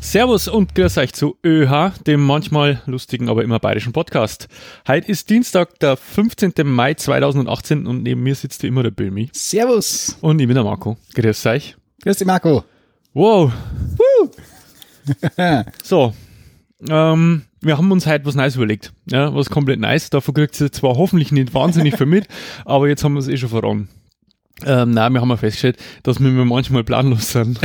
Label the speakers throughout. Speaker 1: Servus und grüß euch zu ÖH, dem manchmal lustigen, aber immer bayerischen Podcast. Heute ist Dienstag, der 15. Mai 2018 und neben mir sitzt wie immer der Bömi.
Speaker 2: Servus.
Speaker 1: Und ich bin der Marco. Grüß euch.
Speaker 2: Grüß dich, Marco.
Speaker 1: Wow. So, ähm, wir haben uns heute was Neues überlegt. Ja, was komplett Neues. Davon kriegt ihr zwar hoffentlich nicht wahnsinnig viel mit, aber jetzt haben wir es eh schon verraten. Ähm, nein, wir haben ja festgestellt, dass wir manchmal planlos sind.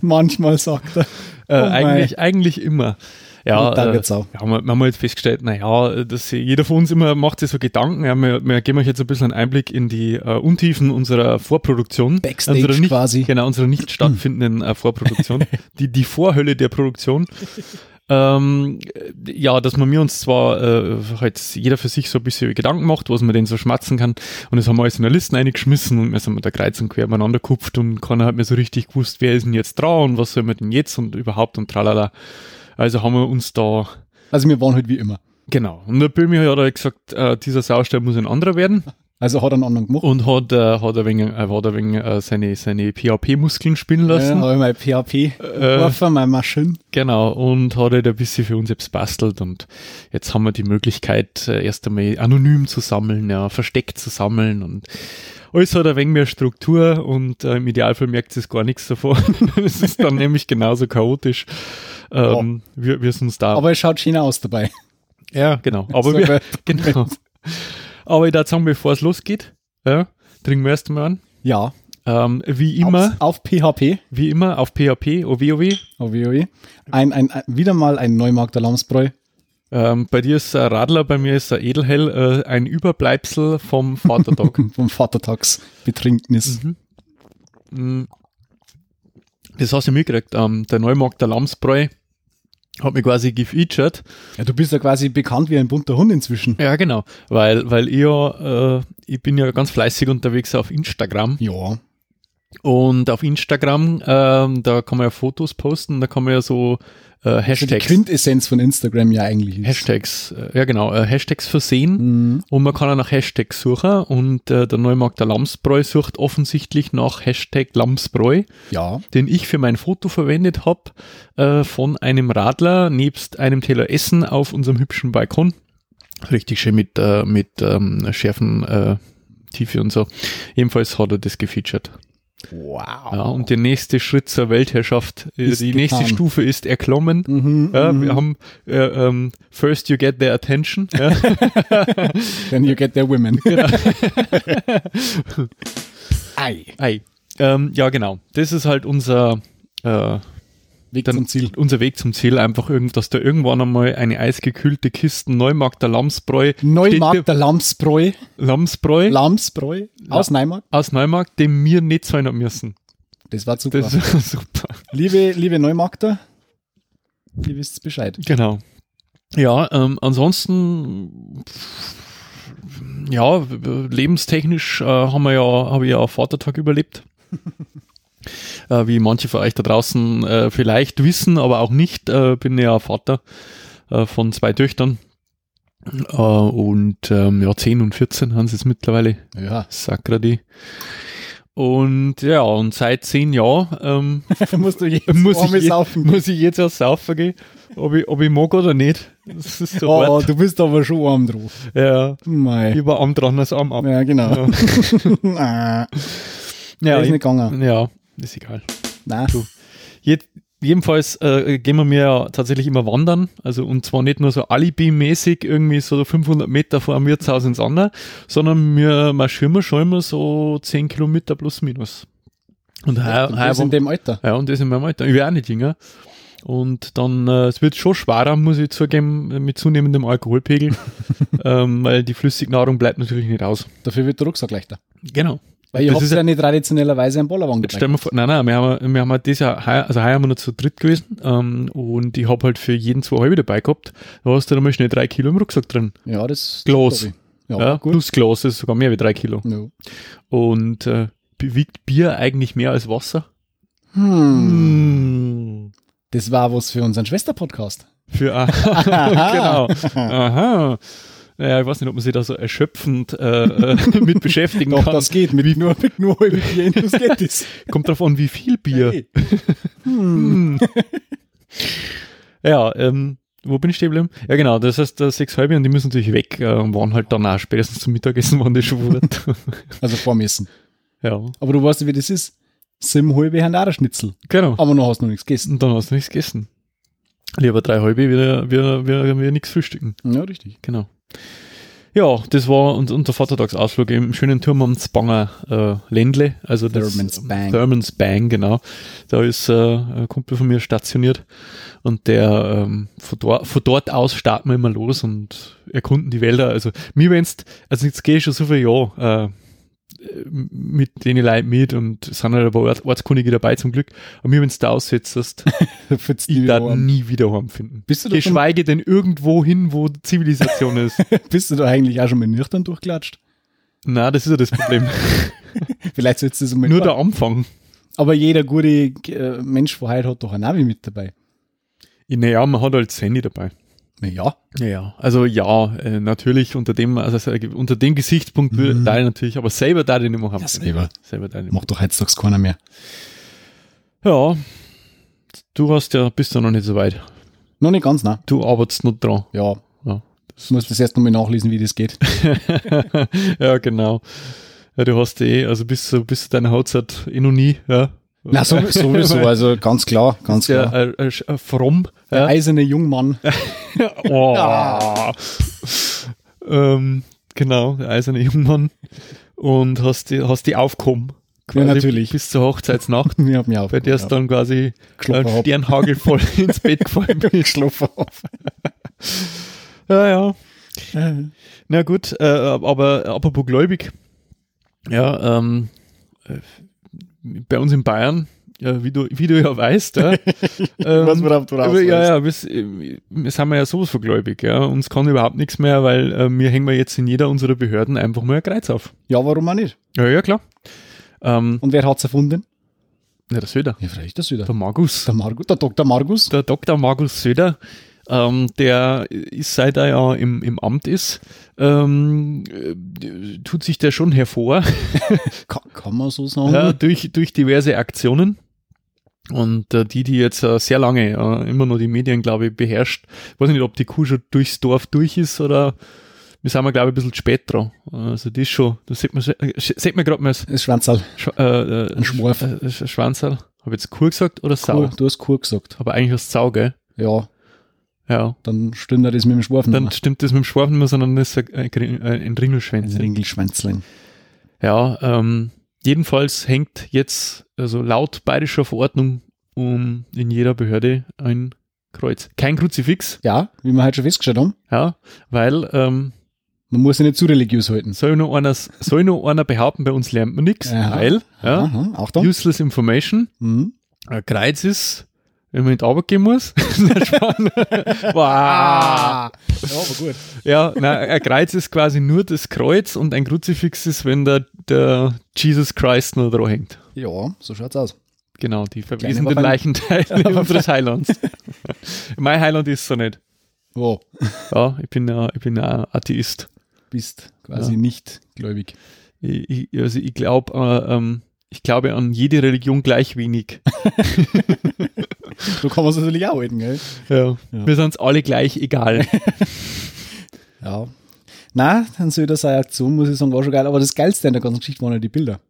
Speaker 2: Manchmal sagt er.
Speaker 1: Äh,
Speaker 2: Oh mei.
Speaker 1: eigentlich, eigentlich immer. Ja,
Speaker 2: Und dann
Speaker 1: äh,
Speaker 2: wird's auch.
Speaker 1: ja, wir, wir haben halt festgestellt, naja, dass sie- jeder von uns immer macht sich so Gedanken. Ja, wir, wir geben euch jetzt ein bisschen einen Einblick in die äh, Untiefen unserer Vorproduktion.
Speaker 2: Backstage
Speaker 1: unserer nicht,
Speaker 2: quasi.
Speaker 1: Genau, unserer nicht stattfindenden äh, Vorproduktion. die, die Vorhölle der Produktion. Ähm, ja, dass man mir uns zwar äh, halt jeder für sich so ein bisschen Gedanken macht, was man denn so schmatzen kann. Und das haben wir alles in der Listen eingeschmissen und wir sind mit der Kreuz und quer übereinander gekupft und keiner hat mir so richtig gewusst, wer ist denn jetzt dran und was soll man denn jetzt und überhaupt und tralala. Also haben wir uns da,
Speaker 2: Also wir waren halt wie immer.
Speaker 1: genau. Und der Böhmi hat halt gesagt, äh, dieser Saustall muss ein anderer werden
Speaker 2: Also hat er einen anderen gemacht.
Speaker 1: und hat, äh, hat ein wenig, äh, hat ein wenig äh, seine, seine PHP-Muskeln spielen
Speaker 2: Ja, Äh.
Speaker 1: lassen.
Speaker 2: habe ich mein PHP geworfen, meine Maschine.
Speaker 1: Genau, und hat halt ein bisschen für uns selbst bastelt und jetzt haben wir die Möglichkeit, äh, erst einmal anonym zu sammeln, ja, versteckt zu sammeln und alles hat ein wenig mehr Struktur und äh, im Idealfall merkt es gar nichts davon. es ist dann nämlich genauso chaotisch, ähm, wie, wie es uns da
Speaker 2: Aber es schaut schön aus dabei.
Speaker 1: ja, genau. Aber
Speaker 2: So
Speaker 1: wir,
Speaker 2: geil.
Speaker 1: genau. Aber ich würde sagen, bevor es losgeht, ja, trinken wir erstmal an.
Speaker 2: Ja.
Speaker 1: Ähm, wie immer,
Speaker 2: Auf, auf PHP.
Speaker 1: wie immer auf PHP, OWOW.
Speaker 2: Auf WoW. oh, Ein, ein, ein, wieder mal ein Neumarkter Lamsbräu.
Speaker 1: Ähm, bei dir ist ein Radler, bei mir ist ein Edelhell, äh, ein Überbleibsel vom Vatertag.
Speaker 2: Vom Vatertagsbetrinknis.
Speaker 1: Mm. das hast du mitgekriegt. Ähm, der Neumarkt, der Lamsbräu, hat mich quasi gefeatured.
Speaker 2: Ja, du bist ja quasi bekannt wie ein bunter Hund inzwischen.
Speaker 1: Ja, genau. Weil, weil ich ja, äh, ich bin ja ganz fleißig unterwegs auf Instagram.
Speaker 2: Ja.
Speaker 1: Und auf Instagram, ähm, da kann man ja Fotos posten, da kann man ja so äh,
Speaker 2: Also die
Speaker 1: Hashtags.
Speaker 2: Quintessenz von Instagram ja eigentlich. ist.
Speaker 1: Hashtags, äh, ja genau, äh, Hashtags versehen
Speaker 2: Mhm.
Speaker 1: und man kann auch nach Hashtags suchen und äh, der Neumarkt der Lamsbräu sucht offensichtlich nach Hashtag Lamsbräu,
Speaker 2: Ja.
Speaker 1: den ich für mein Foto verwendet habe äh, von einem Radler nebst einem Teller Essen auf unserem hübschen Balkon. Richtig schön mit, äh, mit ähm, schärfen äh, Tiefe und so. Jedenfalls hat er das gefeatured.
Speaker 2: Wow.
Speaker 1: Ja, und der nächste Schritt zur Weltherrschaft, äh,
Speaker 2: Ist
Speaker 1: die nächste
Speaker 2: getan.
Speaker 1: Stufe ist erklommen.
Speaker 2: Mhm,
Speaker 1: Ja,
Speaker 2: mhm.
Speaker 1: wir haben äh, ähm, First you get their attention. Ja.
Speaker 2: Then you get their women.
Speaker 1: Genau.
Speaker 2: Ei.
Speaker 1: Ei. Ähm, ja, genau. Das ist halt unser, äh,
Speaker 2: Weg
Speaker 1: dann-
Speaker 2: zum Ziel.
Speaker 1: unser Weg zum Ziel. Einfach, irgend, dass da irgendwann einmal eine eisgekühlte Kiste Neumarkter Lamsbräu,
Speaker 2: Neumarkt der Lamsbräu.
Speaker 1: Lamsbräu
Speaker 2: Lamsbräu aus Neumarkt.
Speaker 1: aus Neumarkt, dem wir nicht zahlen müssen.
Speaker 2: Das war super.
Speaker 1: Das ist super.
Speaker 2: liebe, liebe Neumarkter, ihr wisst Bescheid.
Speaker 1: Genau. Ja, ähm, ansonsten pff, ja, w- w- lebenstechnisch äh, haben wir ja, habe ich ja Vatertag überlebt. äh, wie manche von euch da draußen äh, vielleicht wissen, aber auch nicht, äh, bin ja Vater äh, von zwei Töchtern. Äh, und ähm, ja, 10 und 14 haben sie jetzt mittlerweile.
Speaker 2: Ja,
Speaker 1: Sakradi. Und ja, und seit zehn Jahren ähm,
Speaker 2: musst du jetzt
Speaker 1: muss
Speaker 2: einmal
Speaker 1: ich, je-
Speaker 2: saufen.
Speaker 1: muss ich jetzt erst saufen gehen, ob ich, ob ich mag oder nicht. Das ist so
Speaker 2: Oh,
Speaker 1: hart.
Speaker 2: du bist aber schon arm drauf.
Speaker 1: Ja,
Speaker 2: Mei.
Speaker 1: ich war am dran als am ab.
Speaker 2: Ja, genau.
Speaker 1: Ja,
Speaker 2: Ja, ist
Speaker 1: ich-
Speaker 2: nicht gegangen.
Speaker 1: ja, ist egal.
Speaker 2: Nein.
Speaker 1: Du. Jed, jedenfalls äh, gehen wir mir ja tatsächlich immer wandern. Also und zwar nicht nur so Alibi-mäßig irgendwie so 500 Meter vor einem Wirtshaus ins andere, sondern wir marschieren wir schon immer so 10 Kilometer plus minus. Und heuer-
Speaker 2: Du
Speaker 1: heuer
Speaker 2: bist
Speaker 1: war-
Speaker 2: in dem Alter.
Speaker 1: Ja, und das in meinem Alter. Ich wäre auch nicht jünger. Und dann, äh, es wird schon schwerer, muss ich zugeben, mit zunehmendem Alkoholpegel, ähm, weil die Flüssignahrung bleibt natürlich nicht aus.
Speaker 2: Dafür wird der Rucksack leichter.
Speaker 1: Genau.
Speaker 2: Weil ihr
Speaker 1: Das
Speaker 2: habt
Speaker 1: ist
Speaker 2: ja nicht traditionellerweise einen Bollerwagen
Speaker 1: Jetzt stellen wir vor, nein, nein, wir haben, wir haben halt das Jahr, heuer- also heuer haben wir noch zu dritt gewesen, ähm, und ich habe halt für jeden zwei halbe dabei gehabt. Da hast du dann mal schnell drei Kilo im Rucksack drin.
Speaker 2: Ja, das
Speaker 1: Glas.
Speaker 2: Ja,
Speaker 1: Ja,
Speaker 2: gut.
Speaker 1: Plus Glas ist sogar mehr wie drei Kilo.
Speaker 2: Ja.
Speaker 1: Und, äh, wiegt Bier eigentlich mehr als Wasser?
Speaker 2: Hm.
Speaker 1: Hm.
Speaker 2: Das war was für unseren Schwester-Podcast.
Speaker 1: Für ah, aha. genau. Aha. naja, ich weiß nicht, ob man sich da so erschöpfend äh, äh, mit beschäftigen
Speaker 2: Doch,
Speaker 1: kann.
Speaker 2: das geht. Mit nur, mit nur mit Bier in geht das.
Speaker 1: Kommt drauf an, wie viel Bier.
Speaker 2: Hey. Hm.
Speaker 1: Hm. ja, ähm, wo bin ich stehen geblieben? Ja, genau, das heißt, äh, sechs halbe und die müssen natürlich weg äh, und waren halt danach spätestens zum Mittagessen waren die schon fort.
Speaker 2: Also vormessen.
Speaker 1: ja,
Speaker 2: Aber du weißt, wie das ist. Sim halbe haben auch ein Schnitzel.
Speaker 1: genau.
Speaker 2: Aber noch hast du noch nichts gegessen.
Speaker 1: Und dann hast du nichts gegessen. Lieber drei halbe, wir, wir, wir, wir nichts frühstücken.
Speaker 2: Ja, richtig.
Speaker 1: Genau. Ja, das war uns unser Vatertagsausflug im schönen Turm am Spanger äh, Ländle, also das
Speaker 2: Thurman's Bang.
Speaker 1: Thurman's Bang, genau. Da ist äh, ein Kumpel von mir stationiert und der ähm, von, dort, von dort aus starten wir immer los und erkunden die Wälder. Also mir wennst, also jetzt gehe ich schon so viel Jahr äh, mit denen Leuten mit und es sind halt ein paar Orts Ortskundige dabei zum Glück. Aber mir wenn's da aussetzt,
Speaker 2: Für's
Speaker 1: ich
Speaker 2: die
Speaker 1: da
Speaker 2: Ohren.
Speaker 1: nie wieder heimfinden.
Speaker 2: Bist du da schon-
Speaker 1: Geschweige denn irgendwo hin, wo Zivilisation ist.
Speaker 2: Bist du da eigentlich auch schon mit Nüchtern durchklatscht?
Speaker 1: Na, das ist ja das Problem.
Speaker 2: Vielleicht sollst du das einmal
Speaker 1: Nur
Speaker 2: machen.
Speaker 1: der Anfang.
Speaker 2: Aber jeder gute äh, Mensch von heute hat doch ein Navi mit dabei.
Speaker 1: Naja, man hat halt das Handy dabei.
Speaker 2: Naja.
Speaker 1: Ja, also ja, äh, natürlich unter dem, also äh, unter dem Gesichtspunkt würde da ich natürlich, aber selber da den immer haben.
Speaker 2: Ja, selber.
Speaker 1: Selber da nicht mehr.
Speaker 2: Macht doch heutzutage keiner mehr.
Speaker 1: Ja, du hast ja, bist ja noch nicht so weit.
Speaker 2: Noch nicht ganz, ne?
Speaker 1: Du arbeitest noch dran.
Speaker 2: Ja.
Speaker 1: Ja.
Speaker 2: Ich muss das erst nochmal nachlesen, wie das geht.
Speaker 1: ja, genau. Ja, du hast eh, also bis zu, bis zu deiner Hautzeit eh noch nie, ja.
Speaker 2: Na, so- sowieso, also ganz klar, ganz
Speaker 1: Ja,
Speaker 2: klar.
Speaker 1: äh, äh, äh, fromm.
Speaker 2: Der
Speaker 1: ja.
Speaker 2: eiserne Jungmann.
Speaker 1: Oh.
Speaker 2: Ah.
Speaker 1: ähm, genau, der eiserne Jungmann. Und hast die, hast die aufgekommen.
Speaker 2: Ja, natürlich.
Speaker 1: Bis zur Hochzeitsnacht,
Speaker 2: Ich hab mich auf.
Speaker 1: bei der es dann quasi
Speaker 2: Klopfer
Speaker 1: äh,
Speaker 2: ab.
Speaker 1: Sternhagel voll ins Bett gefallen ist.
Speaker 2: auf.
Speaker 1: Ja, ja.
Speaker 2: Ähm,
Speaker 1: Na gut, äh, aber apropos gläubig. Ja, ähm, äh, bei uns in Bayern, ja, wie, du, wie du ja weißt, ja, ähm,
Speaker 2: Was man da drauf
Speaker 1: Aber, ja, ja, wir, s- äh, wir sind wir ja sowas von gläubig, ja. Uns kann überhaupt nichts mehr, weil äh, wir hängen wir jetzt in jeder unserer Behörden einfach mal ein Kreuz auf.
Speaker 2: ja, warum auch nicht?
Speaker 1: Ja, ja, klar. Ähm,
Speaker 2: Und wer hat's erfunden?
Speaker 1: ja, der Söder.
Speaker 2: Ja, vielleicht das wieder.
Speaker 1: Der Markus.
Speaker 2: Der, Margu der Dr. Margus.
Speaker 1: Der Dr. Markus Söder, ähm, der ist, seit er ja im, im Amt ist, ähm, äh, tut sich der schon hervor
Speaker 2: Ka kann man so sagen?
Speaker 1: ja, durch, durch diverse Aktionen. Und äh, die, die jetzt äh, sehr lange äh, immer noch die Medien, glaube ich, beherrscht. Ich weiß nicht, ob die Kuh schon durchs Dorf durch ist oder wir sind wir, glaube ich, ein bisschen spät dran. Also die ist schon, da sieht man, se- äh, sieht man gerade mal das
Speaker 2: Das Schwanzerl.
Speaker 1: Sch äh, äh,
Speaker 2: Ein Schmorf.
Speaker 1: Sch- äh, Sch- Schwanzerl. Habe jetzt Kuh gesagt oder Sau?
Speaker 2: Cool, du hast cool gesagt.
Speaker 1: Aber eigentlich hast Sau, gell?
Speaker 2: Ja,
Speaker 1: Ja.
Speaker 2: dann stimmt er das mit dem Schwarfen.
Speaker 1: Dann stimmt das mit dem Schwarf nicht mehr, sondern das ist ein, Gri- äh, ein
Speaker 2: Ein
Speaker 1: Ringelschwänzchen.
Speaker 2: Ringelschwänzlein.
Speaker 1: Ja, ähm, jedenfalls hängt jetzt, also laut bayerischer Verordnung, um in jeder Behörde ein Kreuz. Kein Kruzifix,
Speaker 2: Ja, wie wir heute schon festgestellt haben,
Speaker 1: ja, weil ähm,
Speaker 2: man muss sich nicht zu religiös halten.
Speaker 1: soll, nur einer, soll nur einer behaupten, bei uns lernt man nichts,
Speaker 2: Ja.
Speaker 1: weil ja,
Speaker 2: Aha, Achtung.
Speaker 1: useless information,
Speaker 2: Mhm.
Speaker 1: ein Kreuz ist, wenn man in die Arbeit gehen muss. Na, Schwan.
Speaker 2: Ah.
Speaker 1: wow.
Speaker 2: Ja, aber gut.
Speaker 1: Ja, nein, ein Kreuz ist quasi nur das Kreuz und ein Kruzifix ist, wenn der, der Jesus Christ noch dran hängt.
Speaker 2: Ja, so schaut's aus.
Speaker 1: Genau, die verwiesen
Speaker 2: aber
Speaker 1: den
Speaker 2: fein.
Speaker 1: Leichenteil unseres Heilands. mein Heiland ist so nicht.
Speaker 2: Wow,
Speaker 1: Ja, ich bin ja, ich bin ja Atheist.
Speaker 2: bist quasi
Speaker 1: Ja.
Speaker 2: nicht gläubig.
Speaker 1: Ich, ich, also ich glaube, äh, ähm, ich glaube an jede Religion gleich wenig.
Speaker 2: So kann man es natürlich auch halten, gell?
Speaker 1: Ja.
Speaker 2: Ja.
Speaker 1: Mir sind alle gleich egal.
Speaker 2: Ja. Na, dann Söder seine Aktion, muss ich sagen, war schon geil. Aber das Geilste an der ganzen Geschichte waren ja die Bilder.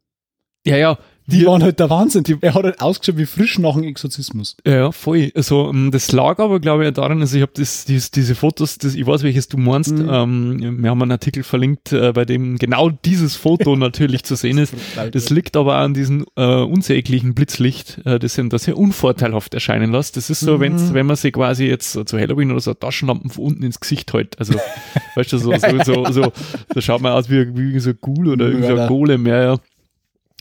Speaker 1: ja, ja.
Speaker 2: Die waren halt der Wahnsinn. Die, er hat halt ausgeschaut wie frisch nach dem Exorzismus.
Speaker 1: Ja, Ja, voll. Also ähm, das lag aber, glaube ich, daran, also ich habe das, dies, diese Fotos, das, ich weiß, welches du meinst,
Speaker 2: Mhm.
Speaker 1: ähm, wir haben einen Artikel verlinkt, äh, bei dem genau dieses Foto natürlich zu sehen ist. Das liegt aber an diesem äh, unsäglichen Blitzlicht, äh, das ihn da sehr unvorteilhaft erscheinen lässt. Das ist so, wenn's, wenn man sie quasi jetzt so zu Halloween oder so Taschenlampen von unten ins Gesicht hält. Also, weißt du, so, so, so, so, so schaut man aus wie, wie so ein Ghoul oder irgendwie so ein
Speaker 2: Mörder.
Speaker 1: Golem, ja, ja.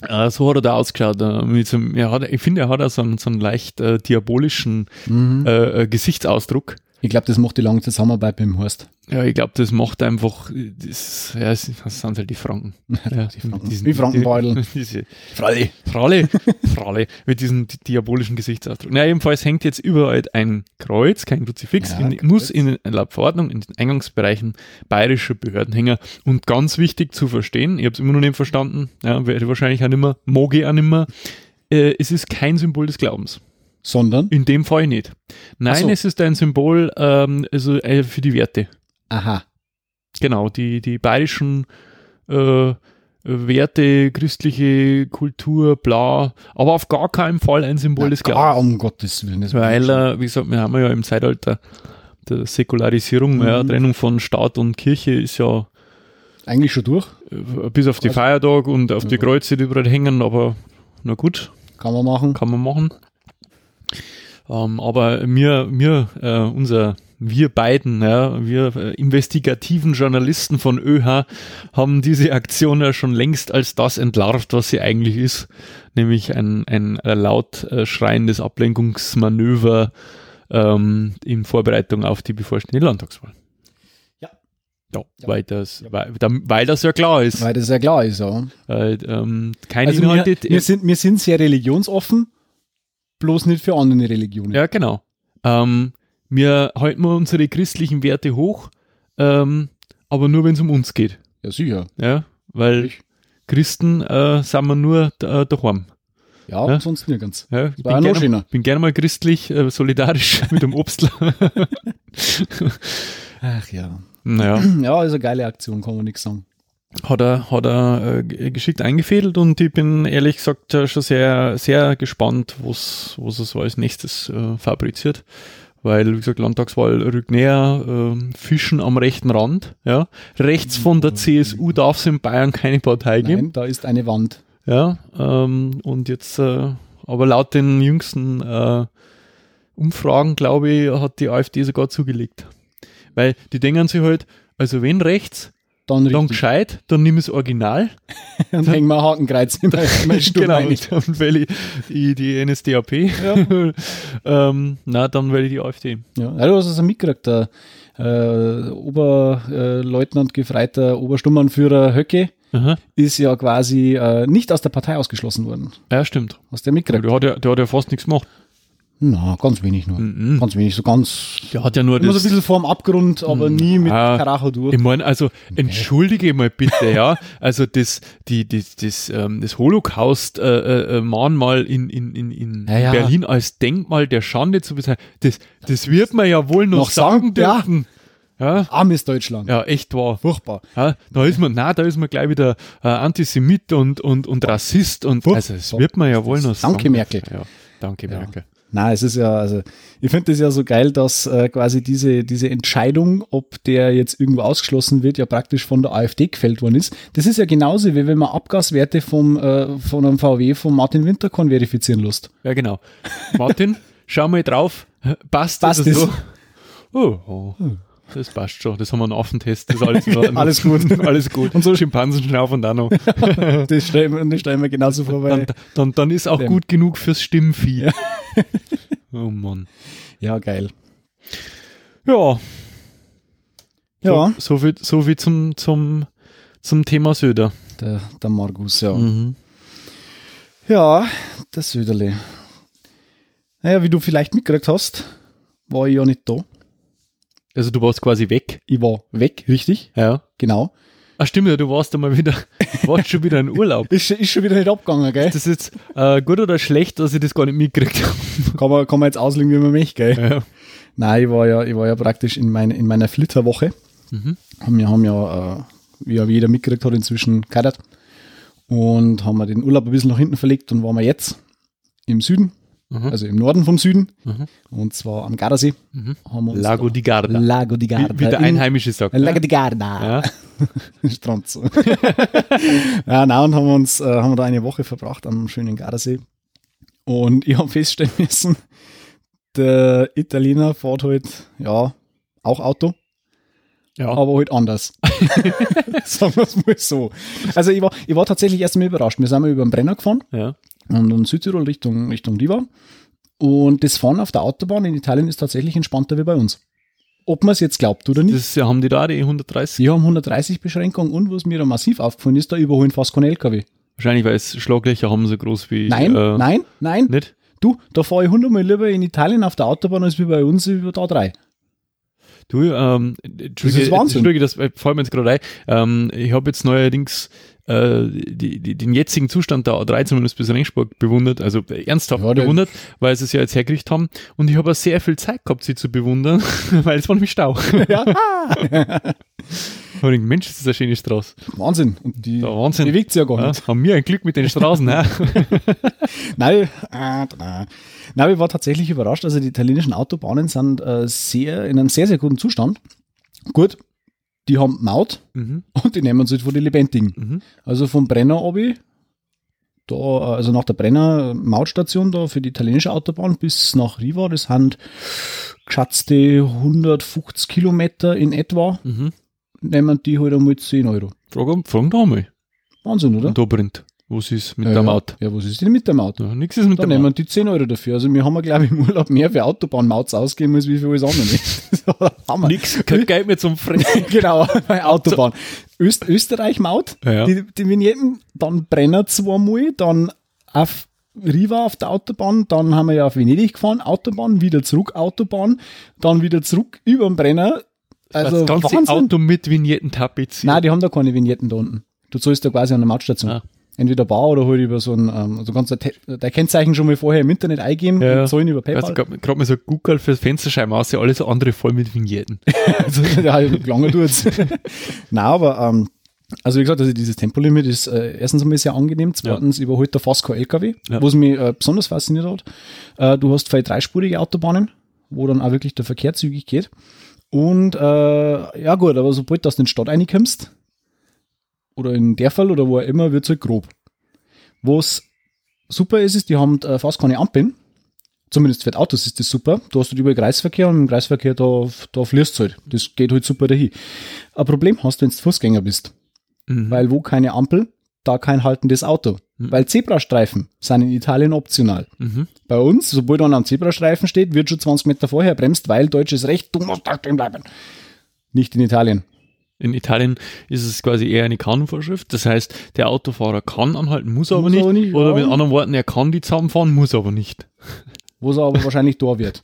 Speaker 1: Äh, So hat er da ausgeschaut. äh, Mit so, einem- er hat, ich finde, er hat auch so einen, so einen leicht äh, diabolischen
Speaker 2: Mhm.
Speaker 1: äh, äh, Gesichtsausdruck.
Speaker 2: Ich glaube, das macht die lange Zusammenarbeit mit dem Horst.
Speaker 1: Ja, ich glaube, das macht einfach, das, ja, das sind halt die Franken. Ja,
Speaker 2: Die Franken.
Speaker 1: mit diesen-
Speaker 2: Die Frankenbeuteln.
Speaker 1: die- Diese
Speaker 2: Fralli.
Speaker 1: Fralle, Fralle, mit diesem di- diabolischen Gesichtsausdruck. Na, jedenfalls hängt jetzt überall ein Kreuz, kein Kruzifix,
Speaker 2: Ja,
Speaker 1: in,
Speaker 2: Kreuz.
Speaker 1: muss in, laut Verordnung in den Eingangsbereichen bayerischer Behördenhänger und ganz wichtig zu verstehen, ich habe es immer noch nicht verstanden, ja, werde wahrscheinlich auch nicht mehr, mag ich auch nicht mehr, äh, es ist kein Symbol des Glaubens.
Speaker 2: Sondern,
Speaker 1: In dem Fall nicht. Nein,
Speaker 2: Ach so.
Speaker 1: es ist ein Symbol ähm, also, äh, für die Werte.
Speaker 2: aha,
Speaker 1: Genau, die, die bayerischen äh, Werte, christliche Kultur, bla, aber auf gar keinen Fall ein Symbol des
Speaker 2: Na,
Speaker 1: Glaubens.
Speaker 2: ah, um Gottes Willen. das
Speaker 1: Weil,
Speaker 2: war
Speaker 1: äh, wie gesagt, wir haben ja im Zeitalter der Säkularisierung, ja,
Speaker 2: Mhm.
Speaker 1: Trennung von Staat und Kirche ist ja
Speaker 2: schon- eigentlich schon durch.
Speaker 1: äh, bis auf die
Speaker 2: Also
Speaker 1: Feiertage und auf die Kreuze, die überall hängen, aber na gut,
Speaker 2: Kann man machen.
Speaker 1: kann man machen. Ähm, aber mir, mir, äh, unser, wir beiden, ja, wir äh, investigativen Journalisten von ÖH haben diese Aktion ja schon längst als das entlarvt, was sie eigentlich ist, nämlich ein, ein laut äh, schreiendes Ablenkungsmanöver ähm, in Vorbereitung auf die bevorstehende Landtagswahl.
Speaker 2: Ja.
Speaker 1: Ja,
Speaker 2: Ja.
Speaker 1: Weil, das,
Speaker 2: Ja.
Speaker 1: weil, weil das ja klar ist.
Speaker 2: Weil das ja klar ist, ja.
Speaker 1: Äh, ähm, keine
Speaker 2: Also wir,
Speaker 1: Inhalte. äh,
Speaker 2: wir, sind, wir sind sehr religionsoffen, bloß nicht für andere Religionen.
Speaker 1: Ja, genau. Ähm, wir halten wir unsere christlichen Werte hoch, ähm, aber nur wenn es um uns geht.
Speaker 2: Ja, sicher.
Speaker 1: Ja? Weil
Speaker 2: Richtig.
Speaker 1: Christen äh, sind wir nur da, daheim.
Speaker 2: Ja,
Speaker 1: Ja.
Speaker 2: sonst nirgends.
Speaker 1: Ja? Ich
Speaker 2: war
Speaker 1: bin
Speaker 2: auch noch
Speaker 1: gerne,
Speaker 2: schöner.
Speaker 1: bin gerne mal christlich, äh, solidarisch mit dem Obstler.
Speaker 2: Ach ja.
Speaker 1: naja,
Speaker 2: Ja, ist eine geile Aktion, kann man nichts sagen.
Speaker 1: hat er, hat er äh, g- geschickt eingefädelt und ich bin ehrlich gesagt äh, schon sehr, sehr gespannt, was was er so als nächstes äh, fabriziert. Weil, wie gesagt, Landtagswahl rückt näher, ähm, Fischen am rechten Rand. Ja. Rechts von der CSU darf es in Bayern keine Partei geben.
Speaker 2: Mhm. Nein, da ist eine Wand.
Speaker 1: Ja, ähm, und jetzt, äh, aber laut den jüngsten äh, Umfragen, glaube ich, hat die AfD sogar zugelegt. Weil die denken sich halt, also wenn rechts,
Speaker 2: Dann
Speaker 1: dann
Speaker 2: richtig.
Speaker 1: gescheit, dann nimm das Original.
Speaker 2: Dann hängen wir ein Hakenkreuz in mein, mein Stuhl
Speaker 1: genau,
Speaker 2: rein.
Speaker 1: dann wähle ich die, die NSDAP. ähm, na, dann wähle ich die AfD.
Speaker 2: Ja, ja, du hast es ja mitgekriegt. Der äh, Oberleutnant, Gefreiter, Obersturmanführer Höcke
Speaker 1: Aha.
Speaker 2: ist ja quasi äh, nicht aus der Partei ausgeschlossen worden.
Speaker 1: Ja, stimmt.
Speaker 2: Hast du ja mitgekriegt?
Speaker 1: Der hat ja, der hat ja fast nichts gemacht.
Speaker 2: Na, ganz wenig nur.
Speaker 1: Mhm.
Speaker 2: Ganz wenig, so ganz.
Speaker 1: Der hat ja nur
Speaker 2: Immer so ein
Speaker 1: das.
Speaker 2: bisschen vorm Abgrund, aber nie mit
Speaker 1: Ah,
Speaker 2: Karacho durch.
Speaker 1: Ich meine, also entschuldige mal bitte, ja. Also das, die, das, das, ähm, das Holocaust-Mahnmal in, in, in, in
Speaker 2: Ja, ja.
Speaker 1: Berlin als Denkmal der Schande zu bezeichnen, das, das wird man ja wohl noch,
Speaker 2: Noch
Speaker 1: sagen
Speaker 2: sagen, ja.
Speaker 1: dürfen. Ja.
Speaker 2: Armes Ah, Deutschland.
Speaker 1: ja, echt wahr.
Speaker 2: Furchtbar.
Speaker 1: Ja, da ist man, na, da ist man gleich wieder äh, Antisemit und, und, und Rassist und
Speaker 2: Furcht-
Speaker 1: also das wird man ja wohl noch sagen.
Speaker 2: Danke, Merkel.
Speaker 1: Ja, danke, Merkel.
Speaker 2: Na, es ist ja, also ich finde das ja so geil, dass äh, quasi diese, diese Entscheidung, ob der jetzt irgendwo ausgeschlossen wird, ja praktisch von der AfD gefällt worden ist. Das ist ja genauso, wie wenn man Abgaswerte vom, äh, von einem VW von Martin Winterkorn verifizieren lässt.
Speaker 1: Ja, genau. Martin, schau mal drauf. Passt,
Speaker 2: Passt
Speaker 1: das
Speaker 2: es?
Speaker 1: noch? Oh, oh. Das passt schon. Das haben wir einen Affentest. Das ist alles, in Ordnung.
Speaker 2: Alles gut.
Speaker 1: alles gut. Und so Schimpansen schnaufen dann noch.
Speaker 2: Das stellen wir, das stellen wir genauso vor,
Speaker 1: Dann,
Speaker 2: weil.
Speaker 1: dann, dann ist auch gut genug fürs Stimmvieh. Oh Mann.
Speaker 2: Ja, geil.
Speaker 1: Ja,
Speaker 2: Ja,
Speaker 1: So, so, viel, so viel zum, zum, zum Thema Söder.
Speaker 2: der, der Markus, ja. Ja, das Söderle. Naja, wie du vielleicht mitgekriegt hast, war ich ja nicht da.
Speaker 1: Also du warst quasi weg.
Speaker 2: Ich war weg, richtig?
Speaker 1: Ja.
Speaker 2: Genau.
Speaker 1: Ach Ah, stimmt, ja, du warst einmal wieder, warst schon wieder in Urlaub.
Speaker 2: Ist, ist schon wieder nicht abgegangen, gell?
Speaker 1: Ist das jetzt äh, gut oder schlecht, dass ich das gar nicht mitgekriegt habe?
Speaker 2: Kann man, kann man jetzt auslegen, wie man möchte, gell?
Speaker 1: Ja.
Speaker 2: Nein, ich war ja, ich war ja praktisch in, mein, in meiner Flitterwoche. Und Wir haben ja, äh, wie ja jeder mitgekriegt hat, inzwischen kadert und haben wir den Urlaub ein bisschen nach hinten verlegt und waren wir jetzt im Süden,
Speaker 1: Mhm.
Speaker 2: also im Norden vom Süden, und zwar am Gardasee. Haben wir uns
Speaker 1: Mhm. Lago
Speaker 2: da-
Speaker 1: di Garda.
Speaker 2: Lago di Garda.
Speaker 1: Wie, wie der
Speaker 2: in-
Speaker 1: Einheimische sagt. ne?
Speaker 2: Lago di Garda.
Speaker 1: Ja.
Speaker 2: Stranz. ja, nein, und haben wir uns, äh, haben wir da eine Woche verbracht am schönen Gardasee. Und ich habe feststellen müssen, der Italiener fährt halt, ja, auch Auto,
Speaker 1: Ja.
Speaker 2: aber halt anders. Sagen wir es mal so. Also ich war, ich war tatsächlich erst mal überrascht. Wir sind mal über den Brenner gefahren
Speaker 1: ja.
Speaker 2: und in Südtirol Richtung, Richtung Diva. Und das Fahren auf der Autobahn in Italien ist tatsächlich entspannter wie bei uns. ob man es jetzt glaubt oder nicht.
Speaker 1: Das haben die da, die 130.
Speaker 2: Die haben 130 Beschränkung und was mir da massiv aufgefallen ist, da überholen fast kein LKW.
Speaker 1: Wahrscheinlich, weil es Schlaglöcher haben so groß wie.
Speaker 2: Nein,
Speaker 1: äh,
Speaker 2: nein, nein.
Speaker 1: Nicht?
Speaker 2: Du, da fahre ich hundertmal lieber in Italien auf der Autobahn als wie bei uns über da drei.
Speaker 1: Du, ähm, Entschuldige,
Speaker 2: ist Wahnsinn.
Speaker 1: Entschuldige, das äh, fällt mir jetzt gerade ein. Ähm, ich habe jetzt neuerdings äh, die, die, den jetzigen Zustand der A3 zumindest bis Rennsport bewundert, also ernsthaft
Speaker 2: Ja, der-
Speaker 1: bewundert, weil sie es ja jetzt hergekriegt haben. Und ich habe auch sehr viel Zeit gehabt, sie zu bewundern, weil es war nämlich Stau.
Speaker 2: Ja.
Speaker 1: Und ich, Mensch, ist das eine schöne Straße.
Speaker 2: Wahnsinn. Und die
Speaker 1: Ja, Wahnsinn.
Speaker 2: bewegt sich ja gar
Speaker 1: Ja,
Speaker 2: nicht.
Speaker 1: haben wir ein Glück mit den Straßen. ne?
Speaker 2: Nein, äh, äh. Nein, ich war tatsächlich überrascht. Also die italienischen Autobahnen sind äh, sehr, in einem sehr, sehr guten Zustand. Gut, die haben Maut
Speaker 1: mhm.
Speaker 2: und die nehmen sich von den Lebendigen.
Speaker 1: Mhm.
Speaker 2: Also vom Brenner obi, da, äh, also nach der Brenner Mautstation da für die italienische Autobahn bis nach Riva, das sind geschätzte 150 Kilometer in etwa,
Speaker 1: Mhm.
Speaker 2: nehmen die halt einmal 10 Euro.
Speaker 1: Frag, frag da mal.
Speaker 2: Wahnsinn, oder?
Speaker 1: Und da brennt. Was ist mit
Speaker 2: ja,
Speaker 1: der
Speaker 2: ja.
Speaker 1: Maut?
Speaker 2: Ja, was ist denn mit der Maut?
Speaker 1: Ja, nix ist mit
Speaker 2: Da
Speaker 1: der Maut.
Speaker 2: nehmen die 10 Euro dafür. Also wir haben, ja, glaube ich, im Urlaub mehr für Autobahnmauts ausgeben, als wie für alles andere. Das ist aber der Hammer.
Speaker 1: Nix, kein Geld mehr zum Fressen.
Speaker 2: Genau, bei Autobahn. Öst Österreich-Maut,
Speaker 1: Ja, ja.
Speaker 2: die, die Vignetten, dann Brenner zweimal, dann auf Riva auf der Autobahn, dann haben wir ja auf Venedig gefahren, Autobahn, wieder zurück Autobahn, dann wieder zurück über den Brenner. Also
Speaker 1: das ganze
Speaker 2: Wahnsinn.
Speaker 1: Auto mit Vignetten tapeziert.
Speaker 2: Nein, die haben da keine Vignetten da unten. Du zahlst da quasi an der Mautstation.
Speaker 1: Ah.
Speaker 2: Entweder bar oder halt über so ein, ähm, also ganz der Kennzeichen schon mal vorher im Internet eingeben
Speaker 1: Ja, ja.
Speaker 2: und zahlen über PayPal.
Speaker 1: Also gerade mal so Google fürs Fensterscheiben aus, alles andere voll mit Vignetten.
Speaker 2: Also, ja, lange tut's. Nein, aber, ähm, also wie gesagt, also dieses Tempolimit ist äh, erstens einmal sehr angenehm, zweitens überholt der fast kein LKW,
Speaker 1: Ja.
Speaker 2: was mich äh, besonders fasziniert hat. Äh, du hast zwei dreispurige Autobahnen, wo dann auch wirklich der Verkehr zügig geht. Und äh, ja gut, aber sobald du aus den Stadt reinkommst, oder in der Fall oder wo auch immer, wird's halt grob. Was super ist, ist, die haben äh, fast keine Ampeln. Zumindest für die Autos ist das super. Du hast halt überall Kreisverkehr und im Kreisverkehr da, da fließt halt. Das geht halt super dahin. Ein Problem hast du, wenn du Fußgänger bist. Weil wo keine Ampel, da kein haltendes Auto. Weil Zebrastreifen sind in Italien optional.
Speaker 1: Mhm.
Speaker 2: Bei uns, sobald einer am Zebrastreifen steht, wird schon 20 Meter vorher bremst, weil deutsches Recht, du musst da stehen bleiben. Nicht in Italien.
Speaker 1: In Italien ist es quasi eher eine Kannenvorschrift. Das heißt, der Autofahrer kann anhalten, muss aber
Speaker 2: Muss
Speaker 1: nicht.
Speaker 2: aber nicht,
Speaker 1: Oder
Speaker 2: ja.
Speaker 1: mit anderen Worten, er kann die zusammenfahren, muss aber nicht.
Speaker 2: wo es aber wahrscheinlich da wird.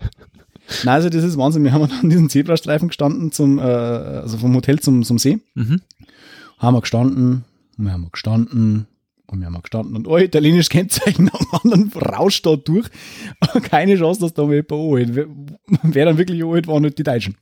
Speaker 2: Nein, also das ist Wahnsinn. Wir haben an diesem Zebrastreifen gestanden, zum, äh, also vom Hotel zum, zum See.
Speaker 1: Mhm.
Speaker 2: Haben wir gestanden, und wir haben gestanden und wir haben gestanden und oh, italienisch Kennzeichen nach dem anderen rauscht da durch. Keine Chance, dass da mal jemand anhält. Wer- Wer dann wirklich anhält, waren nicht die Deutschen.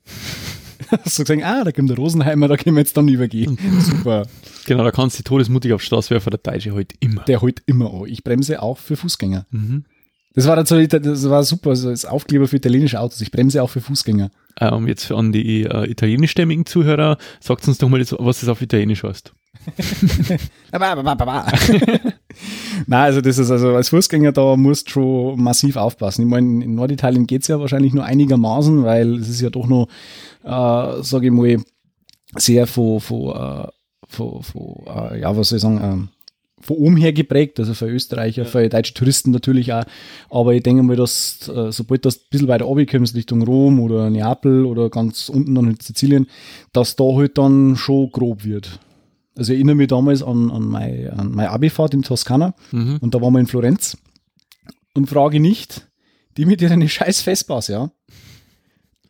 Speaker 2: so gesagt, ah, da kommt der Rosenheimer, da können wir jetzt dann übergehen. Super.
Speaker 1: Genau, da kannst du die todesmutig auf die Straße werfen, der Deutsche halt immer.
Speaker 2: Der hält immer an. Ich bremse auch für Fußgänger.
Speaker 1: Mhm.
Speaker 2: Das war, dann so, das war super, so das Aufkleber für italienische Autos. Ich bremse auch für Fußgänger.
Speaker 1: Ähm, jetzt an die äh, italienischstämmigen Zuhörer, sagt uns doch mal, jetzt, was das auf Italienisch heißt.
Speaker 2: Ba, ba, ba, ba, ba. Nein, also das ist also als Fußgänger da musst du schon massiv aufpassen. Ich meine, in Norditalien geht's ja wahrscheinlich nur einigermaßen, weil es ist ja doch noch, äh, sage ich mal, sehr von, von, äh, von, von äh, ja, was soll ich sagen, ähm, von oben her geprägt, also für Österreicher, für deutsche Touristen natürlich auch. Aber ich denke mal, dass äh, sobald das ein bisschen weiter oben kommst, Richtung Rom oder Neapel oder ganz unten dann in Sizilien, dass da halt dann schon grob wird. Also ich erinnere mich damals an, an meine, an meine Abifahrt in Toskana
Speaker 1: Mhm.
Speaker 2: und da waren wir in Florenz und frage nicht, die mit ihren scheiß Vespas, ja,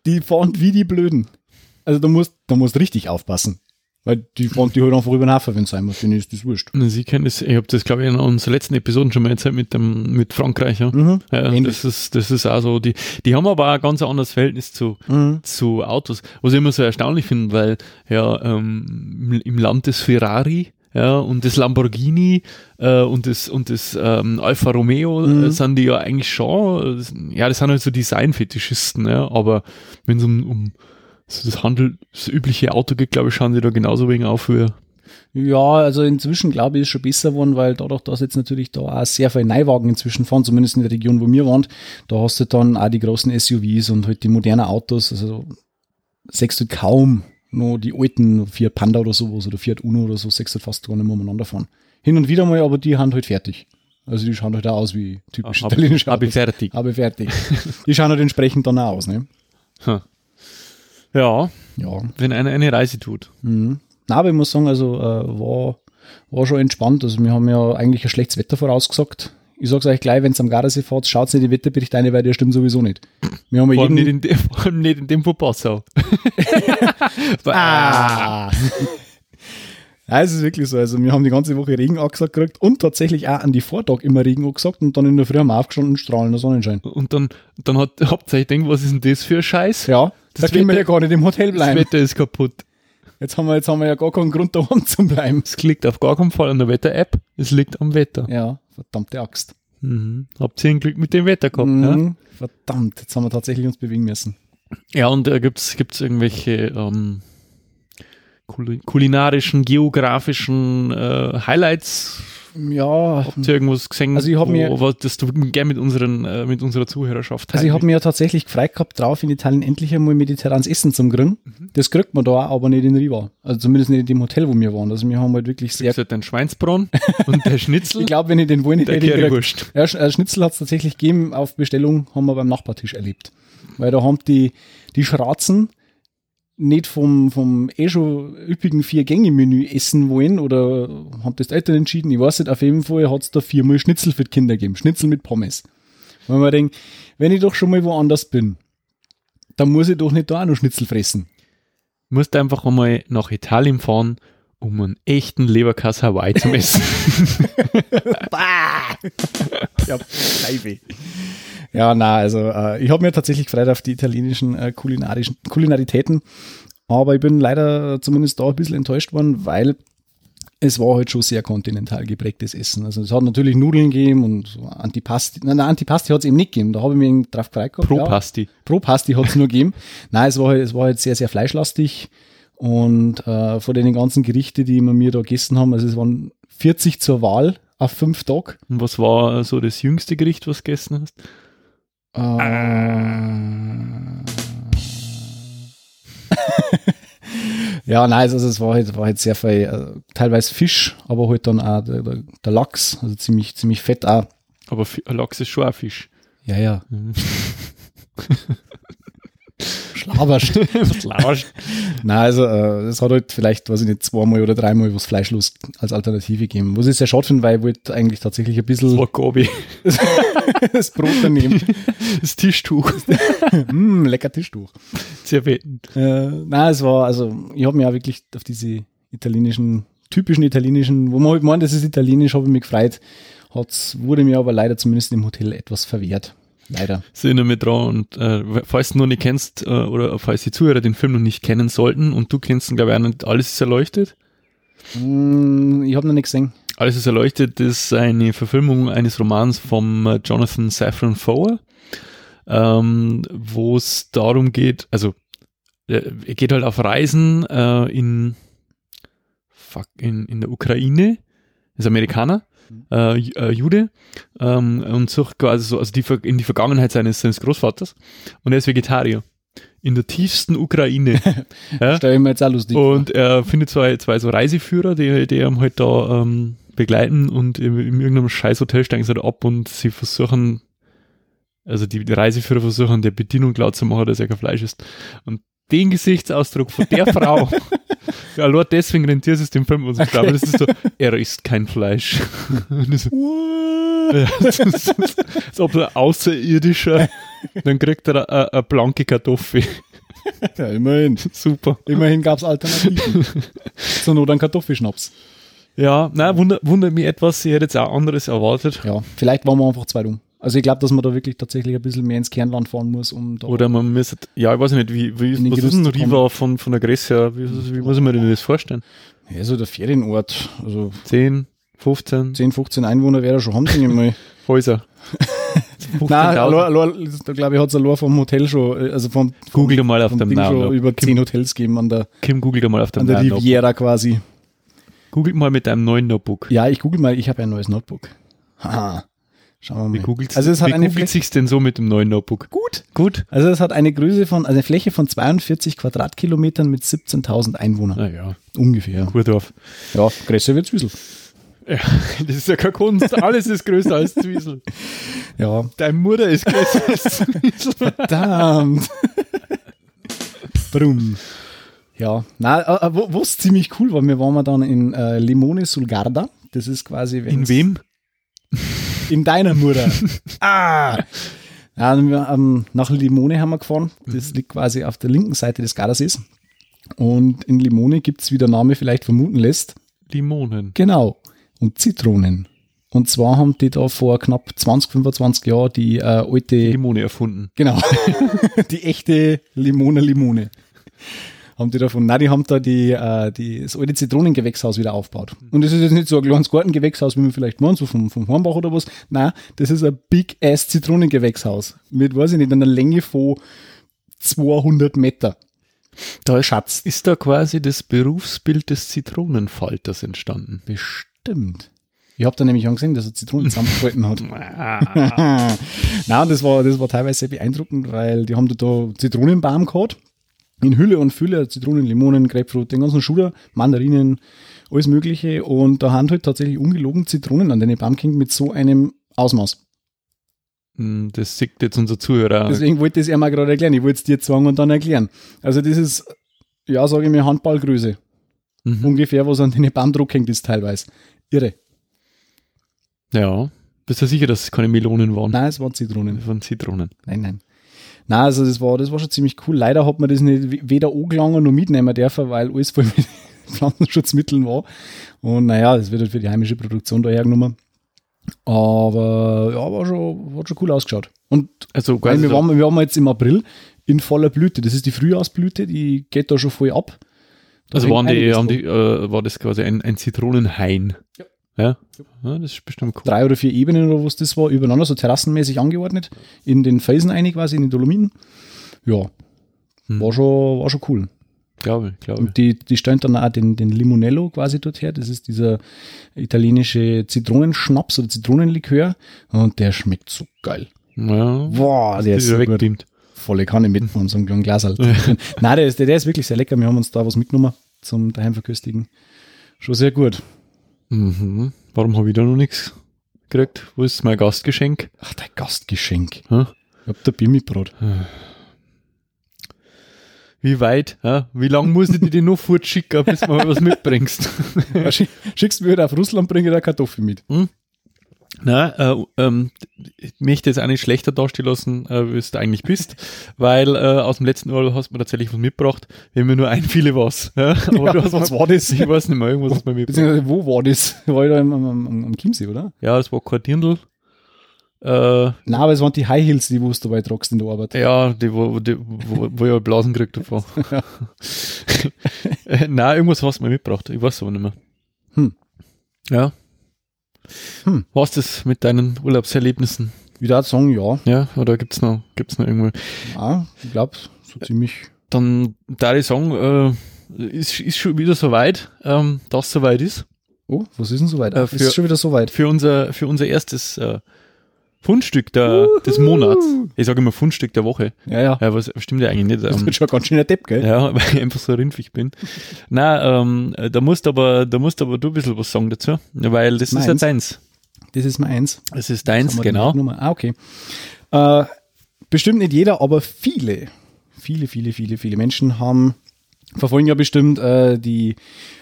Speaker 2: die fahren wie die Blöden. Also da musst da musst richtig aufpassen, weil die fahren die halt einfach über den Hafen, wenn es sein muss, denen ist das wurscht.
Speaker 1: Na, Sie kennen es, ich habe das, glaube ich, in unserer letzten Episode schon mal erzählt mit, dem, mit Frankreich. Ja. Ja,
Speaker 2: Ähnlich.
Speaker 1: das ist, das ist auch so. Die, die haben aber auch ein ganz anderes Verhältnis zu, zu Autos, was ich immer so erstaunlich finde, weil ja ähm, im- im Land des Ferrari ja, und des Lamborghini äh, und des, und des ähm, Alfa Romeo äh, sind die ja eigentlich schon, äh, das- ja, das sind halt so Designfetischisten, ja, aber wenn es um, um so das Handel, das übliche Auto geht, glaube ich, schauen die da genauso wegen auf wie.
Speaker 2: Ja, also inzwischen glaube ich, ist schon besser geworden, weil dadurch, dass jetzt natürlich da auch sehr viele Neuwagen inzwischen fahren, zumindest in der Region, wo wir waren, da hast du dann auch die großen SUVs und halt die modernen Autos, also sechst du kaum nur die alten Fiat Panda oder sowas oder Fiat Uno oder so, sechst du fast gar nicht mehr umeinander fahren. Hin und wieder mal, aber die haben halt fertig. Also die schauen halt auch aus wie typisch
Speaker 1: Ah, Hab-
Speaker 2: italienische
Speaker 1: hab ich
Speaker 2: Autos.
Speaker 1: fertig.
Speaker 2: Habe fertig. Die schauen halt entsprechend dann auch aus, ne?
Speaker 1: Ha. Hm. Ja,
Speaker 2: Ja.
Speaker 1: wenn einer eine Reise tut.
Speaker 2: Mhm. Na, aber ich muss sagen, also äh, war, war schon entspannt. Also wir haben ja eigentlich ein schlechtes Wetter vorausgesagt. Ich sag's euch gleich, wenn's am Gardasee fahrt, schaut's nicht in die Wetterbericht rein, weil der stimmt sowieso nicht. Wir haben ja
Speaker 1: Vor allem
Speaker 2: jeden,
Speaker 1: nicht in, de, vor allem nicht in dem von Passau.
Speaker 2: Ah. Ja, es ist wirklich so. Also, wir haben die ganze Woche Regen angesagt gekriegt und tatsächlich auch an die Vortag immer Regen angesagt und dann in der Früh haben wir aufgestanden, strahlender Sonnenschein.
Speaker 1: Und dann, dann hat, habt ihr euch gedacht, was ist denn das für ein Scheiß?
Speaker 2: Ja,
Speaker 1: Das
Speaker 2: da können wir
Speaker 1: Wetter-
Speaker 2: ja gar nicht im Hotel
Speaker 1: das
Speaker 2: bleiben.
Speaker 1: Wetter ist kaputt.
Speaker 2: Jetzt haben, wir, jetzt haben wir ja gar keinen Grund, daheim zu bleiben.
Speaker 1: Es liegt auf gar keinen Fall an der Wetter-App, es liegt am Wetter.
Speaker 2: Ja, verdammte Axt.
Speaker 1: Mhm. Habt ihr ein Glück mit dem Wetter gehabt? ne? Ja?
Speaker 2: Mhm, Verdammt, jetzt haben wir tatsächlich uns bewegen müssen.
Speaker 1: Ja, und äh, gibt's gibt's irgendwelche ähm, kul- kulinarischen, geografischen äh, Highlights?
Speaker 2: Ja,
Speaker 1: Habt ihr irgendwas gesehen,
Speaker 2: Also ich hab
Speaker 1: wo-
Speaker 2: mir-
Speaker 1: was, das du gerne mit, unseren, äh, mit unserer Zuhörerschaft
Speaker 2: also ich habe
Speaker 1: mir
Speaker 2: mir ja tatsächlich gefreut gehabt, drauf in Italien endlich einmal mediterranes Essen zum Grillen. Das kriegt man da aber nicht in Riva. Also zumindest nicht in dem Hotel, wo wir waren. Also wir haben halt wirklich sehr...
Speaker 1: Gibt's halt den Schweinsbraten und der Schnitzel,
Speaker 2: Ich glaube, wenn ich den wollen,
Speaker 1: der
Speaker 2: hätte ich ihn gekriegt.
Speaker 1: Currywurst.
Speaker 2: Ja, Sch- äh, Schnitzel hat es tatsächlich gegeben, auf Bestellung haben wir beim Nachbartisch erlebt. Weil da haben die, die Schratzen nicht vom, vom eh schon üppigen Vier-Gänge-Menü essen wollen oder haben das die Eltern entschieden. Ich weiß nicht, auf jeden Fall hat es da viermal Schnitzel für die Kinder gegeben. Schnitzel mit Pommes. Wenn man denkt, wenn ich doch schon mal woanders bin, dann muss ich doch nicht da auch noch Schnitzel fressen.
Speaker 1: Musst einfach einmal nach Italien fahren, um einen echten Leberkass Hawaii zu essen.
Speaker 2: Ja, Scheibe. Ja, na, also äh, ich habe mir tatsächlich gefreut auf die italienischen äh, kulinarischen Kulinaritäten, aber ich bin leider zumindest da ein bisschen enttäuscht worden, weil es war halt schon sehr kontinental geprägtes Essen. Also es hat natürlich Nudeln gegeben und so Antipasti. Nein, nein Antipasti hat es eben nicht gegeben. Da habe ich mich drauf gefreut gehabt.
Speaker 1: Pro
Speaker 2: ja.
Speaker 1: Pasti.
Speaker 2: Pro Pasti hat es nur gegeben. Nein, es war, halt, es war halt sehr, sehr fleischlastig. Und äh, von den ganzen Gerichten, die wir mir da gegessen haben, also es waren 40 zur Wahl auf fünf Tage.
Speaker 1: Und was war äh, so das jüngste Gericht, was du gegessen hast?
Speaker 2: Äh, ja, nein, also es war halt, war halt sehr viel, äh, teilweise Fisch, aber halt dann auch der, der, der Lachs, also ziemlich, ziemlich fett auch.
Speaker 1: Aber F- Lachs ist schon ein Fisch.
Speaker 2: Ja, ja.
Speaker 1: Mhm.
Speaker 2: Schlaberst.
Speaker 1: Was lauscht?
Speaker 2: Nein, also äh, es hat halt vielleicht, weiß ich nicht, zweimal oder dreimal was fleischlos als Alternative gegeben. Was ich sehr schade finde, weil ich wollte eigentlich tatsächlich ein bisschen
Speaker 1: Wakabi.
Speaker 2: das Brot daneben.
Speaker 1: Das Tischtuch.
Speaker 2: mm, lecker Tischtuch.
Speaker 1: Servietten.
Speaker 2: Äh, nein, es war, also ich habe mich auch wirklich auf diese italienischen, typischen italienischen, wo man halt meint, das ist italienisch, habe ich mich gefreut. Hat's, wurde mir aber leider zumindest im Hotel etwas verwehrt. Leider.
Speaker 1: So erinnere mich dran. Und äh, falls du noch nicht kennst, äh, oder falls die Zuhörer den Film noch nicht kennen sollten, und du kennst ihn, glaube ich, auch nicht, alles ist erleuchtet.
Speaker 2: Mm, ich habe noch nicht gesehen.
Speaker 1: Alles ist erleuchtet ist eine Verfilmung eines Romans vom äh, Jonathan Safran Foer, ähm, wo es darum geht, also äh, er geht halt auf Reisen äh, in, fuck, in, in der Ukraine, ist Amerikaner,
Speaker 2: Mhm.
Speaker 1: äh, Ju- äh, Jude, ähm, und sucht quasi so, also die, Ver- in die Vergangenheit seines, seines Großvaters und er ist Vegetarier. In der tiefsten Ukraine. Ja?
Speaker 2: Stell ich mir jetzt auch lustig.
Speaker 1: Und er findet zwei, zwei so Reiseführer, die, die ihn halt da ähm, begleiten und in, in irgendeinem Scheißhotel steigen sie da ab und sie versuchen, also die, die Reiseführer versuchen, der Bedienung klar zu machen, dass er kein Fleisch ist. Und den Gesichtsausdruck von der Frau, ja, Lord, deswegen rentiert es den Film und so, okay. das ist so, er isst kein Fleisch. Und ich so, ja, das ist, als ob ein Außerirdischer, dann kriegt er eine- eine blanke Kartoffel.
Speaker 2: Ja, immerhin.
Speaker 1: Super.
Speaker 2: Immerhin gab's Alternativen. Zur Not ein Kartoffelschnaps.
Speaker 1: Ja, nein, wunder, wundert mich etwas. Ich hätte jetzt auch anderes erwartet.
Speaker 2: Ja, vielleicht waren wir einfach zwei dumm. Also ich glaube, dass man da wirklich tatsächlich ein bisschen mehr ins Kernland fahren muss, um da
Speaker 1: Oder man müsste, ja, ich weiß nicht, wie, wie
Speaker 2: In den
Speaker 1: was ist denn
Speaker 2: Genuss zu
Speaker 1: Riva von, von der Größe her? Wie, ist es- wie muss ich mir denn das vorstellen?
Speaker 2: ja, so der Ferienort, also
Speaker 1: 10, 15
Speaker 2: 10, 15 Einwohner wäre da schon haben, denke ich mal.
Speaker 1: Häuser.
Speaker 2: Nein,
Speaker 1: 15.000.
Speaker 2: allein- allein- da glaube ich, hat es allein vom Hotel schon, äh, also vom,
Speaker 1: Google mal auf
Speaker 2: vom
Speaker 1: dem
Speaker 2: Ding schon
Speaker 1: Namen. ab.
Speaker 2: über zehn Hotels gegeben an der,
Speaker 1: Kim, google mal auf dem
Speaker 2: an der
Speaker 1: Namen. ab.
Speaker 2: Riviera quasi.
Speaker 1: Google mal mit deinem neuen Notebook.
Speaker 2: Ja, ich google mal, ich habe ja ein neues Notebook. Haha. Schauen wir
Speaker 1: Wie
Speaker 2: mal.
Speaker 1: googelt
Speaker 2: also es hat eine Fläche,
Speaker 1: sich's denn so mit dem neuen Notebook? Gut. Gut?
Speaker 2: also es hat eine Größe von, also eine Fläche von 42 Quadratkilometern mit 17.000 Einwohnern.
Speaker 1: Naja,
Speaker 2: Ungefähr.
Speaker 1: Kurdorf.
Speaker 2: Ja, größer wird's Wiesel.
Speaker 1: Ja, das ist ja keine Kunst. Alles ist größer als Zwiesel.
Speaker 2: Ja.
Speaker 1: Dein Mutter ist größer als Zwiesel.
Speaker 2: Verdammt. Brumm. Ja, na, äh, wo- was ziemlich cool war, wir waren dann in äh, Limone sul Garda. Das ist quasi,
Speaker 1: In
Speaker 2: wenn's-
Speaker 1: wem?
Speaker 2: in deiner Mutter. ah! Ja, wir, ähm, nach Limone haben wir gefahren. Das liegt quasi auf der linken Seite des Gardasees. Und in Limone gibt es, wie der Name vielleicht vermuten lässt,
Speaker 1: Limonen.
Speaker 2: genau, und Zitronen. Und zwar haben die da vor knapp 20, 25 Jahren die äh, alte,
Speaker 1: Limone erfunden.
Speaker 2: genau, die echte Limone Limone. Haben die davon, nein, die haben da die, äh, die, das alte Zitronengewächshaus wieder aufgebaut. Und das ist jetzt nicht so ein kleines Gartengewächshaus, wie man vielleicht meint, so vom, vom Hornbach oder was. Nein, das ist ein big-ass Zitronengewächshaus. Mit, weiß ich nicht, einer Länge von 200 Meter.
Speaker 1: Da ist,
Speaker 2: Schatz.
Speaker 1: ist da quasi das Berufsbild des Zitronenfalters entstanden.
Speaker 2: Bestimmt. Ich habe da nämlich angesehen, dass er Zitronen zusammengefalten hat.
Speaker 1: Ah,
Speaker 2: Na, das war, das war teilweise sehr beeindruckend, weil die haben da, da Zitronenbaum gehabt. In Hülle und Fülle, Zitronen, Limonen, Grapefruit, den ganzen Schuder, Mandarinen, alles Mögliche. Und da haben halt tatsächlich ungelogen Zitronen an den Baum gehängt mit so einem Ausmaß.
Speaker 1: mm, das sieht jetzt unser Zuhörer.
Speaker 2: Deswegen wollte ich das einmal gerade erklären. Ich wollte es dir sagen und dann erklären. Also, das ist, ja, sage ich mir, Handballgröße.
Speaker 1: Mhm.
Speaker 2: Ungefähr, was an den Baum Druck hängt, ist teilweise. Irre.
Speaker 1: Ja. Bist du sicher, dass es keine Melonen waren?
Speaker 2: Nein, es waren Zitronen.
Speaker 1: Das waren Zitronen.
Speaker 2: Nein, nein. Na, also das war, das war schon ziemlich cool. Leider hat man das nicht we- weder angelangen noch mitnehmen dürfen, weil alles voll mit Pflanzenschutzmitteln war. Und naja, das wird halt für die heimische Produktion da hergenommen. Aber ja, war schon, hat schon cool ausgeschaut. Und
Speaker 1: Also
Speaker 2: weil
Speaker 1: quasi
Speaker 2: wir,
Speaker 1: so-
Speaker 2: waren, wir waren jetzt im April in voller Blüte. Das ist die Frühjahrsblüte, die geht da schon voll ab. Da
Speaker 1: Also
Speaker 2: hängt
Speaker 1: waren die,
Speaker 2: einiges
Speaker 1: haben
Speaker 2: dran.
Speaker 1: die, äh, war das quasi ein, ein Zitronenhain?
Speaker 2: Ja.
Speaker 1: Ja? ja, das ist bestimmt cool.
Speaker 2: drei oder vier Ebenen oder was das war, übereinander, so terrassenmäßig angeordnet, in den Felsen einig quasi, in den Dolomiten. Ja,
Speaker 1: Hm.
Speaker 2: war, schon, war schon cool.
Speaker 1: Glaube, ich, glaube.
Speaker 2: Und die, die stellen dann auch den, den Limonello quasi dort her. Das ist dieser italienische Zitronenschnaps oder Zitronenlikör. Und der schmeckt so geil.
Speaker 1: ich. Ja.
Speaker 2: Wow, der
Speaker 1: ist
Speaker 2: ist so gut.
Speaker 1: weggedimmt.
Speaker 2: Volle Kanne mit von so einem kleinen Glaserl. Nein, der ist, der, der ist wirklich sehr lecker. Wir haben uns da was mitgenommen zum daheim verköstigen. Schon sehr gut.
Speaker 1: Mhm. Warum habe ich da noch nichts gekriegt? Wo ist mein Gastgeschenk?
Speaker 2: Ach, dein Gastgeschenk.
Speaker 1: Hä?
Speaker 2: Ich hab da Bier mitgebracht.
Speaker 1: Wie weit? Ja? Wie lange muss ich dir die noch fortschicken, bis du mal was mitbringst?
Speaker 2: Ja, schick- Schickst mir wieder auf Russland, bringe da Kartoffeln mit.
Speaker 1: Na, äh, ähm, ich möchte jetzt auch nicht schlechter dastehen lassen, äh, wie es du eigentlich bist, weil äh, aus dem letzten Urlaub hast du mir tatsächlich was mitgebracht, wenn mir nur einfiele was. Ja? Aber du hast
Speaker 2: was
Speaker 1: mir-
Speaker 2: war das?
Speaker 1: ich weiß nicht mehr, irgendwas hast du mir mitgebracht.
Speaker 2: Beziehungsweise, wo war das? War ich da am, am, am, am Chiemsee, oder?
Speaker 1: Ja, das war kein Dirndl. Äh,
Speaker 2: Nein, aber es waren die High Heels, die du dabei tragst in der Arbeit.
Speaker 1: ja, die, wo, die, wo, wo ich halt Blasen gekriegt davon. äh, nein, irgendwas hast du mir mitgebracht. Ich weiß aber nicht mehr.
Speaker 2: Hm.
Speaker 1: Ja.
Speaker 2: Hm.
Speaker 1: Was das mit deinen Urlaubserlebnissen?
Speaker 2: Wieder sagen, ja,
Speaker 1: Ja, oder gibt's noch, gibt's noch irgendwo?
Speaker 2: ja ich glaube, so ziemlich.
Speaker 1: Dann da ich sagen, äh, ist, ist schon wieder soweit, ähm, dass soweit ist.
Speaker 2: Oh, was ist denn soweit?
Speaker 1: Äh,
Speaker 2: Äh,
Speaker 1: für-
Speaker 2: ist schon wieder soweit.
Speaker 1: Für unser, für unser erstes äh, Fundstück der, des Monats. Ich sage immer Fundstück der Woche.
Speaker 2: Ja, ja.
Speaker 1: Ja, was stimmt ja eigentlich nicht.
Speaker 2: Das
Speaker 1: Ähm,
Speaker 2: wird schon ganz schön ein Depp, gell?
Speaker 1: ja, weil ich einfach so rindfig bin. Na, ähm, da musst aber, da musst aber du ein bisschen was sagen dazu, weil das ist ja
Speaker 2: Meins?
Speaker 1: deins.
Speaker 2: Das ist mal eins.
Speaker 1: Es ist
Speaker 2: Haben
Speaker 1: deins,
Speaker 2: wir die
Speaker 1: genau.
Speaker 2: Nummer? Ah, okay. Äh, bestimmt nicht jeder, aber viele, viele, viele, viele, viele Menschen haben, verfolgen ja bestimmt äh, die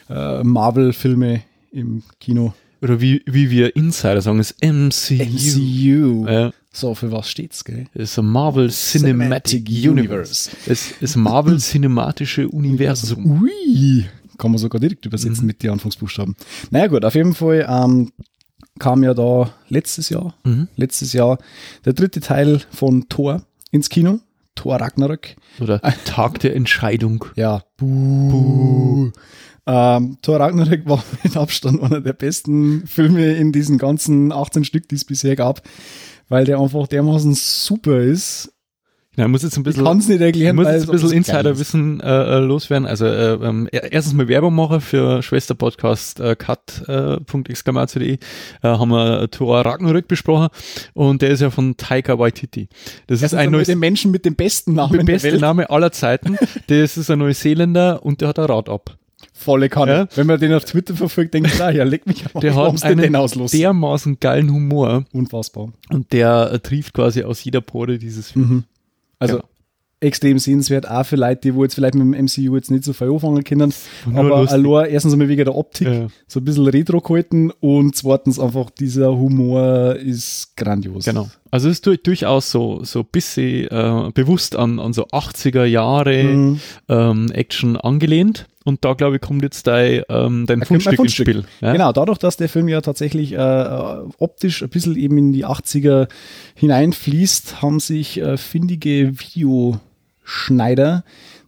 Speaker 2: äh, Marvel-Filme im Kino.
Speaker 1: Oder wie, wie wir Insider sagen, ist MCU.
Speaker 2: MCU.
Speaker 1: Äh,
Speaker 2: So, für was steht's, gell?
Speaker 1: ist ein Marvel Cinematic,
Speaker 2: Cinematic
Speaker 1: Universe.
Speaker 2: Universe.
Speaker 1: Es ist Marvel Cinematische Universum.
Speaker 2: Ui, kann man sogar direkt übersetzen
Speaker 1: Mhm.
Speaker 2: mit den Anfangsbuchstaben. Naja gut, auf jeden Fall ähm, kam ja da letztes Jahr,
Speaker 1: Mhm.
Speaker 2: letztes Jahr der dritte Teil von Thor ins Kino, Thor Ragnarök.
Speaker 1: Oder Tag der Entscheidung.
Speaker 2: Ja, buh. Ähm, Thor Ragnarök war mit Abstand einer der besten Filme in diesen ganzen 18 Stück, die es bisher gab, weil der einfach dermaßen super ist.
Speaker 1: Nein, ich muss jetzt ein
Speaker 2: Ich
Speaker 1: bisschen,
Speaker 2: kann es nicht
Speaker 1: ich
Speaker 2: erklären.
Speaker 1: muss
Speaker 2: weil
Speaker 1: jetzt
Speaker 2: es
Speaker 1: ein bisschen
Speaker 2: geil ist.
Speaker 1: Insiderwissen äh, äh, loswerden. Also äh, ähm, er- erstens mal Werbung machen für Schwesterpodcast äh, cut.exclamatio.de äh, haben wir äh, Thor Ragnarök besprochen und der ist ja von Taika Waititi. Das ist
Speaker 2: Erstens
Speaker 1: ein
Speaker 2: einmal
Speaker 1: neues
Speaker 2: den Menschen mit dem besten Namen
Speaker 1: der
Speaker 2: der
Speaker 1: beste
Speaker 2: Welt.
Speaker 1: Name aller Zeiten. Das ist ein Neuseeländer und der hat ein Rad ab.
Speaker 2: Volle Kanne.
Speaker 1: Ja.
Speaker 2: Wenn man den auf Twitter verfolgt, denkt man, ah, ja, leg mich am
Speaker 1: Der
Speaker 2: Arsch, warum
Speaker 1: hat
Speaker 2: ist denn
Speaker 1: einen
Speaker 2: den auslos?
Speaker 1: dermaßen geilen Humor
Speaker 2: Unfassbar.
Speaker 1: und der äh, trieft quasi aus jeder Pore dieses Film.
Speaker 2: Also, extrem sehenswert, auch für Leute, die wo jetzt vielleicht mit dem MCU jetzt nicht so viel anfangen können.
Speaker 1: Nur
Speaker 2: Aber
Speaker 1: lustig.
Speaker 2: allein erstens einmal wegen der Optik,
Speaker 1: Ja.
Speaker 2: so ein bisschen retro gehalten und zweitens einfach dieser Humor ist grandios.
Speaker 1: Genau. Also es ist du- durchaus so, so ein bisschen äh, bewusst an, an so 80er Jahre
Speaker 2: Mhm.
Speaker 1: ähm, Action angelehnt. Und da, glaube ich, kommt jetzt dein, ähm, dein
Speaker 2: Da kommt mein
Speaker 1: Fundstück ins Spiel. Ja?
Speaker 2: Genau, dadurch, dass der Film ja tatsächlich äh, optisch ein bisschen eben in die 80er hineinfließt, haben sich äh, findige Videoschneider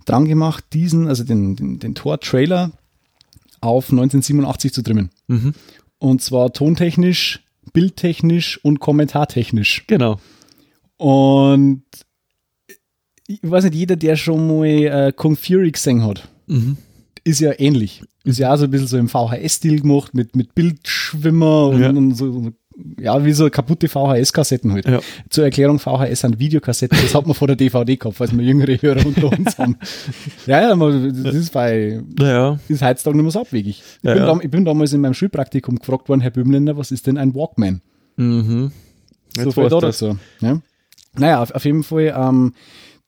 Speaker 2: dran gemacht, diesen, also den, den, den Tor-Trailer auf 1987 zu trimmen.
Speaker 1: Mhm.
Speaker 2: Und zwar tontechnisch, bildtechnisch und kommentartechnisch.
Speaker 1: genau.
Speaker 2: Und ich weiß nicht, jeder, der schon mal äh, Kung Fury gesehen hat,
Speaker 1: Mhm.
Speaker 2: ist ja ähnlich. Ist ja auch so ein bisschen so im VHS-Stil gemacht, mit, mit Bildschwimmer und,
Speaker 1: Ja.
Speaker 2: und so, ja, wie so kaputte VHS-Kassetten halt.
Speaker 1: Ja.
Speaker 2: Zur Erklärung, VHS sind Videokassetten, das hat man vor der DVD gehabt, falls wir jüngere Hörer unter uns haben. Ja, ja, man- das ist bei,
Speaker 1: Naja,
Speaker 2: ist heutzutage nicht mehr so abwegig. Ich,
Speaker 1: Ja,
Speaker 2: bin,
Speaker 1: ja.
Speaker 2: dam- ich bin damals in meinem Schulpraktikum gefragt worden, Herr Böhmländer, was ist denn ein Walkman?
Speaker 1: mhm.
Speaker 2: So
Speaker 1: Jetzt
Speaker 2: viel
Speaker 1: war's
Speaker 2: da
Speaker 1: das.
Speaker 2: dazu. Ja? Naja, auf, auf jeden Fall ähm,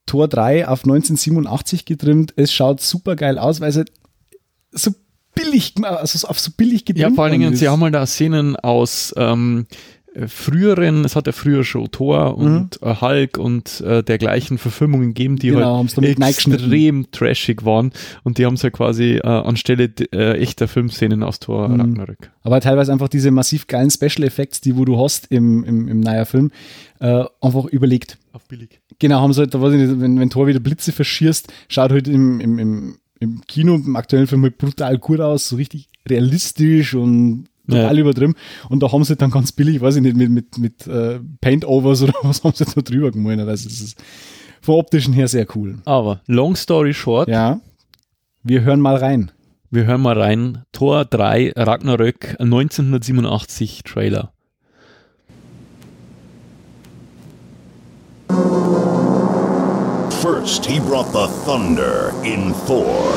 Speaker 2: Tor 3 auf 1987 getrimmt. Es schaut super geil aus, weil es halt so billig, gem- also so- auf so billig getrimmt
Speaker 1: Ja, vor allen Dingen,
Speaker 2: worden
Speaker 1: sie
Speaker 2: ist.
Speaker 1: haben mal da Szenen aus ähm, äh, früheren, es hat ja früher schon Thor
Speaker 2: Mhm.
Speaker 1: und äh, Hulk und äh, dergleichen Verfilmungen gegeben, die
Speaker 2: Genau, haben's
Speaker 1: halt
Speaker 2: damit
Speaker 1: extrem trashig waren und die haben es ja quasi äh, anstelle d- äh, echter Filmszenen aus Thor Ragnarök.
Speaker 2: Aber halt teilweise einfach diese massiv geilen Special Effects, die wo du hast im, im, im neuer Film, äh, einfach überlegt.
Speaker 1: Auf billig.
Speaker 2: Genau, haben sie halt, da weiß ich nicht, wenn, wenn Tor wieder Blitze verschießt, schaut halt im, im, im, im Kino, im aktuellen Film halt brutal gut aus, so richtig realistisch und total
Speaker 1: Ja.
Speaker 2: übertrieben. Und da haben sie halt dann ganz billig, weiß ich nicht, mit, mit, mit äh, Paint-Overs oder was haben sie da drüber gemalt. Also es ist vom optischen her sehr cool.
Speaker 1: Aber, long story short,
Speaker 2: Ja, wir hören mal rein.
Speaker 1: wir hören mal rein, Thor 3 Ragnarök 1987 Trailer.
Speaker 3: First, he brought the thunder in Thor.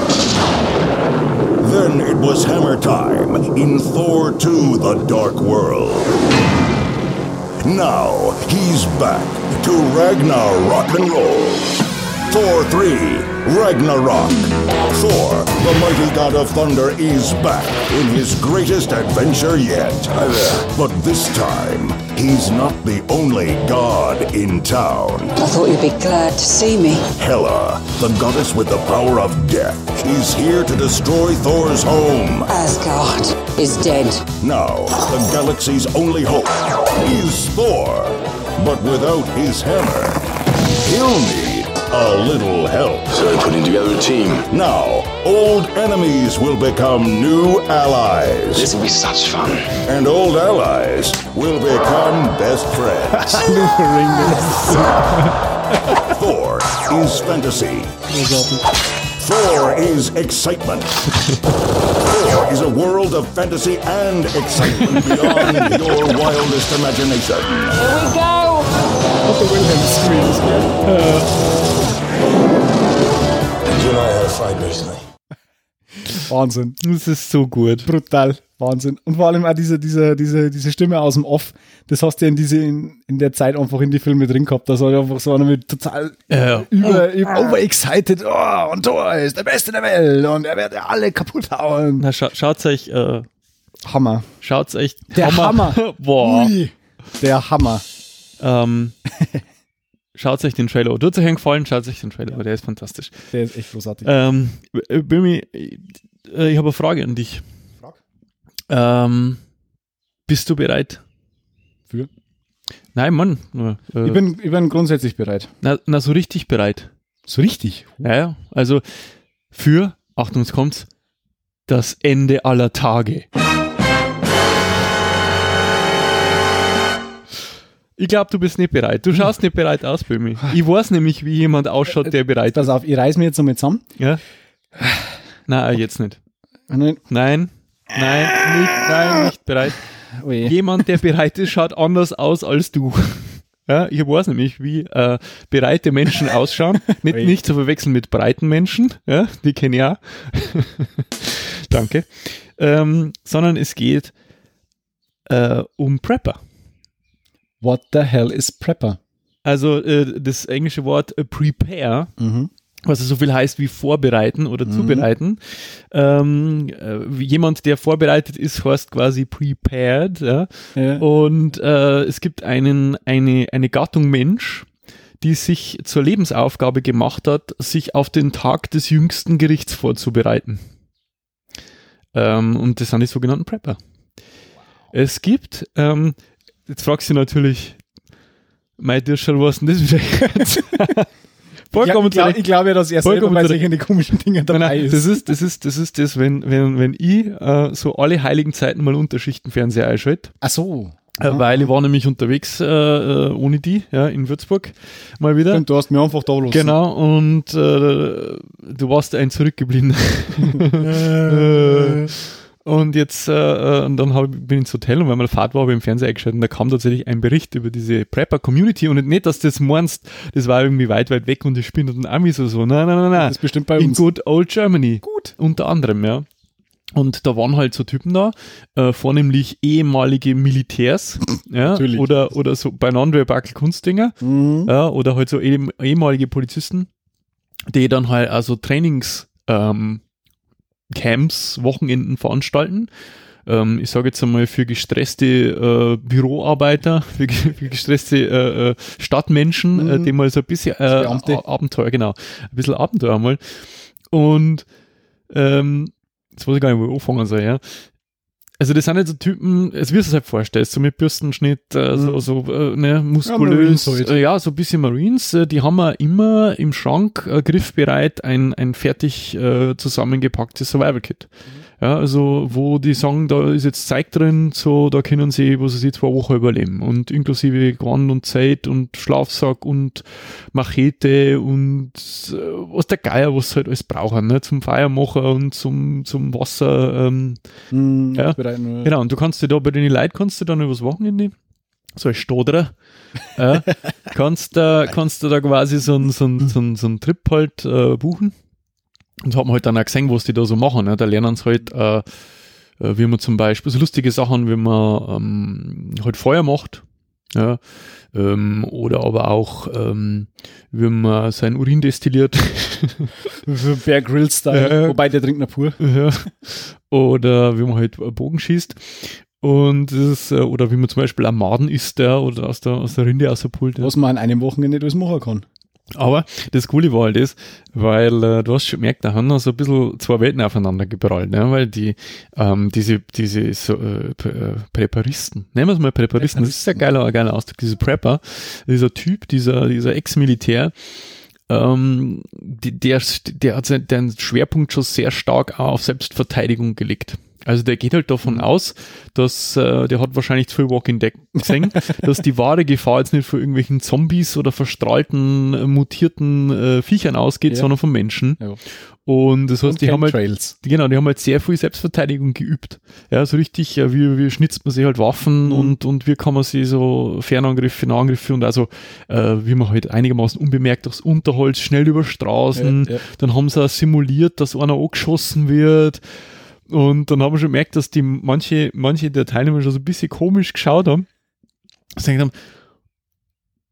Speaker 3: Then it was hammer time in Thor 2 The Dark World. Now he's back to Ragnar Rock and Roll. Thor 3 Ragnarok. Thor, the mighty god of thunder, is back in his greatest adventure yet. But this time, he's not the only god in town.
Speaker 4: I thought you'd be glad to see me.
Speaker 3: Hela, the goddess with the power of death, is here to destroy Thor's home.
Speaker 4: Asgard is dead.
Speaker 3: Now, the galaxy's only hope is Thor. But without his hammer, he'll need a little help.
Speaker 5: So we're putting together a team.
Speaker 3: Now, old enemies will become new allies,
Speaker 5: This will be such fun.
Speaker 3: and old allies will become best friends. Thor is fantasy. Thor is excitement. Thor is a world of fantasy and excitement beyond your wildest imagination.
Speaker 4: Here we go!
Speaker 5: You and I had a fight recently.
Speaker 2: Wahnsinn.
Speaker 1: Das ist so gut.
Speaker 2: Brutal. Wahnsinn. Und vor allem auch diese, diese, diese, diese Stimme aus dem Off, das hast du ja in, diese, in, in der Zeit einfach in die Filme drin gehabt. Da soll einfach so einer mit total
Speaker 1: Ja.
Speaker 2: über, über, overexcited, oh, und Thor ist der Beste der Welt und er wird ja alle kaputt hauen.
Speaker 1: Na, scha schaut's euch, äh,
Speaker 2: Hammer.
Speaker 1: schaut's euch.
Speaker 2: Der Hammer.
Speaker 1: Boah.
Speaker 2: Ui. Der Hammer.
Speaker 1: Ähm, schaut euch den Trailer. Tut euch einen Gefallen, schaut euch den Trailer. an, Der ist fantastisch.
Speaker 2: Der ist echt großartig.
Speaker 1: Ähm, äh, Bömi, äh, ich habe eine Frage an dich.
Speaker 2: Frag.
Speaker 1: Ähm, bist du bereit?
Speaker 2: Für?
Speaker 1: Nein, Mann. nur, Äh,
Speaker 2: Ich bin, ich bin grundsätzlich bereit.
Speaker 1: na, na, so richtig bereit.
Speaker 2: So richtig.
Speaker 1: Naja, also für, Achtung, es kommt's, das Ende aller Tage. Ich glaube, du bist nicht bereit. Du schaust nicht bereit aus, Bömi. Ich weiß nämlich, wie jemand ausschaut, der bereit ist.
Speaker 2: Pass auf, ich reiß mir jetzt nochmal zusammen.
Speaker 1: Ja? Nein, jetzt nicht.
Speaker 2: Nein,
Speaker 1: Nein, nein, nicht, nein, nicht bereit.
Speaker 2: oje.
Speaker 1: Jemand, der bereit ist, schaut anders aus als du. Ja, ich weiß nämlich, wie äh, bereite Menschen ausschauen. Nicht,
Speaker 2: Ui.
Speaker 1: nicht zu verwechseln mit breiten Menschen, ja, die kenne ich auch. Danke. Ähm, sondern es geht äh, um Prepper.
Speaker 2: What the hell is Prepper?
Speaker 1: Also äh, das englische Wort äh, prepare, was so viel heißt wie vorbereiten oder zubereiten. Ähm, äh, wie jemand, der vorbereitet ist, heißt quasi prepared. Ja?
Speaker 2: Ja.
Speaker 1: Und äh, es gibt einen, eine, eine Gattung Mensch, die sich zur Lebensaufgabe gemacht hat, sich auf den Tag des jüngsten Gerichts vorzubereiten. Ähm, und das sind die sogenannten Prepper. Es gibt, ähm, jetzt fragst du dich natürlich, mein Dirschel, was denn das wieder jetzt?
Speaker 2: Ja,
Speaker 1: Vollkommen
Speaker 2: ich glaube
Speaker 1: zurecht.
Speaker 2: ich glaub ja, dass er selber
Speaker 1: Vollkommen
Speaker 2: bei
Speaker 1: zurecht.
Speaker 2: solchen komischen Dingen dabei
Speaker 1: Nein, nein,
Speaker 2: ist.
Speaker 1: Das ist das, ist, das, ist das wenn, wenn, wenn ich äh, so alle heiligen Zeiten mal Unterschichtenfernseher einschalte,
Speaker 2: Ach so.
Speaker 1: äh, weil ich war nämlich unterwegs äh, äh, ohne die, ja, in Würzburg mal wieder.
Speaker 2: Und du hast mir einfach da los.
Speaker 1: Genau, und äh, du warst ein zurückgebliebener. Äh, und jetzt, äh, äh, und dann hab, ich- bin ich ins Hotel und weil meine Fahrt war, habe ich im Fernseher eingeschaltet und da kam tatsächlich ein Bericht über diese Prepper-Community und nicht, dass du das meinst, das war irgendwie weit, weit weg und die spielen den Amis oder so. Nein, nein, nein, nein.
Speaker 2: Das ist bestimmt bei
Speaker 1: In
Speaker 2: uns.
Speaker 1: good old Germany.
Speaker 2: Gut.
Speaker 1: Unter anderem, ja. Und da waren halt so Typen da, äh, vornehmlich ehemalige Militärs, ja,
Speaker 2: Natürlich. Mhm.
Speaker 1: oder, oder so Beinandwerbakel Kunstdinger, ja, oder halt so ehem- ehemalige Polizisten, die dann halt also Trainings, ähm, Camps, Wochenenden veranstalten. Ähm, ich sage jetzt einmal für gestresste äh, Büroarbeiter, für, ge- für gestresste äh, äh, Stadtmenschen,
Speaker 2: Mhm.
Speaker 1: äh, die mal so ein bisschen äh,
Speaker 2: Beamte.
Speaker 1: A- Abenteuer, genau, ein bisschen Abenteuer mal. Und ähm, jetzt weiß ich gar nicht, wo ich anfangen soll, ja. Also das sind halt so Typen, es wirst du es halt vorstellst, so mit Bürstenschnitt, äh, so, so äh, ne, muskulös,
Speaker 2: Mhm. Marines halt.
Speaker 1: äh, ja, so ein bisschen Marines, äh, die haben wir immer im Schrank äh, griffbereit ein, ein fertig äh, zusammengepacktes Survival Kit. Ja, also wo die sagen, da ist jetzt Zeug drin, so da können sie, was weiß ich, zwei Wochen überleben. Und inklusive Gewand und Zeit und Schlafsack und Machete und äh, was der Geier, was sie halt alles brauchen, ne? zum Feiermacher und zum, zum Wasser. Ähm,
Speaker 2: Mhm,
Speaker 1: Ja.
Speaker 2: bereiten wir-
Speaker 1: Genau, und du kannst dir da bei den Leuten, kannst du dann übers Wochenende, so als Stoderer, äh, kannst, da, kannst du da quasi so einen so einen- so einen- so einen Trip halt äh, buchen. Und haben halt dann auch gesehen, was die da so machen. Ne? Da lernen sie halt, äh, äh, wie man zum Beispiel, so lustige Sachen, wie man ähm, halt Feuer macht. Ja, ähm, oder aber auch, ähm, wie man sein Urin destilliert.
Speaker 2: Bear Grill Style.
Speaker 1: Ja.
Speaker 2: Wobei der trinkt noch pur.
Speaker 1: Ja. Oder wie man halt Bogen schießt. Und das ist, äh, oder wie man zum Beispiel am Maden isst, ja, oder aus der, aus der Rinde ausgepult. Ja.
Speaker 2: Was man an einem Wochenende alles machen kann.
Speaker 1: Aber das Coole war halt das, weil äh, du hast schon gemerkt, da haben noch so ein bisschen zwei Welten aufeinander geprallt, ne? weil die, ähm, diese, diese so, äh, P- äh, Präparisten, nennen wir es mal Präparisten, das ist ja geiler, ein geiler Ausdruck, diese Prepper, dieser Typ, dieser, dieser Ex-Militär, ähm, die, der, der hat seinen den Schwerpunkt schon sehr stark auch auf Selbstverteidigung gelegt. Also der geht halt
Speaker 2: Mhm.
Speaker 1: davon aus, dass äh, der hat wahrscheinlich zu viel Walking Dead gesehen, dass die wahre Gefahr jetzt nicht von irgendwelchen Zombies oder verstrahlten, äh, mutierten äh, Viechern ausgeht,
Speaker 2: Ja.
Speaker 1: sondern von Menschen.
Speaker 2: Ja.
Speaker 1: Und das heißt,
Speaker 2: Und
Speaker 1: die haben halt
Speaker 2: Chemtrails.
Speaker 1: Genau, die haben halt sehr viel Selbstverteidigung geübt. Ja, so richtig, äh, wie, wie schnitzt man sich halt Waffen
Speaker 2: Mhm.
Speaker 1: und, und wie kann man sie so Fernangriffe, Nahangriffe und also äh, wie man halt einigermaßen unbemerkt durchs Unterholz schnell über Straßen.
Speaker 2: Ja, ja.
Speaker 1: Dann haben sie auch simuliert, dass einer angeschossen wird. Und dann haben wir schon gemerkt, dass die manche, manche der Teilnehmer schon so ein bisschen komisch geschaut haben. Sie haben,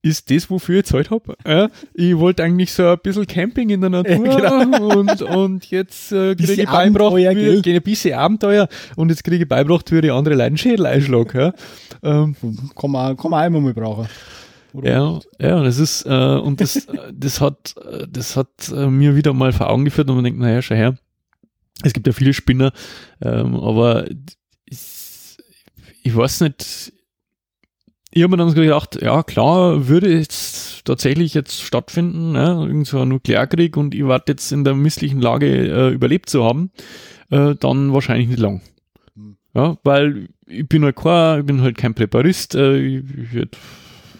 Speaker 1: ist das, wofür ich Zeit habe? Äh, ich wollte eigentlich so ein bisschen Camping in der Natur
Speaker 2: genau.
Speaker 1: und, und jetzt äh, kriege
Speaker 2: Bisschen
Speaker 1: ich beibracht,
Speaker 2: Abenteuer,
Speaker 1: wie,
Speaker 2: gell?
Speaker 1: geh ein bisschen Abenteuer und jetzt kriege ich beibracht, wie ich andere Leidenschädel einschlage. Ja. Ähm,
Speaker 2: Kann man, kann man einmal mal brauchen.
Speaker 1: ja, ja, das ist, äh, und das, äh, das hat, äh, das hat äh, mir wieder mal vor Augen geführt und man denkt, naja, schau her, es gibt ja viele Spinner, ähm, aber ich, ich weiß nicht, ich habe mir dann so gedacht, ja klar, würde jetzt tatsächlich jetzt stattfinden, ne? irgend so ein Nuklearkrieg und ich warte jetzt in der misslichen Lage äh, überlebt zu haben, äh, dann wahrscheinlich nicht lang. Ja, weil ich bin halt kein, ich bin halt kein Präparist, äh, ich, ich hätt,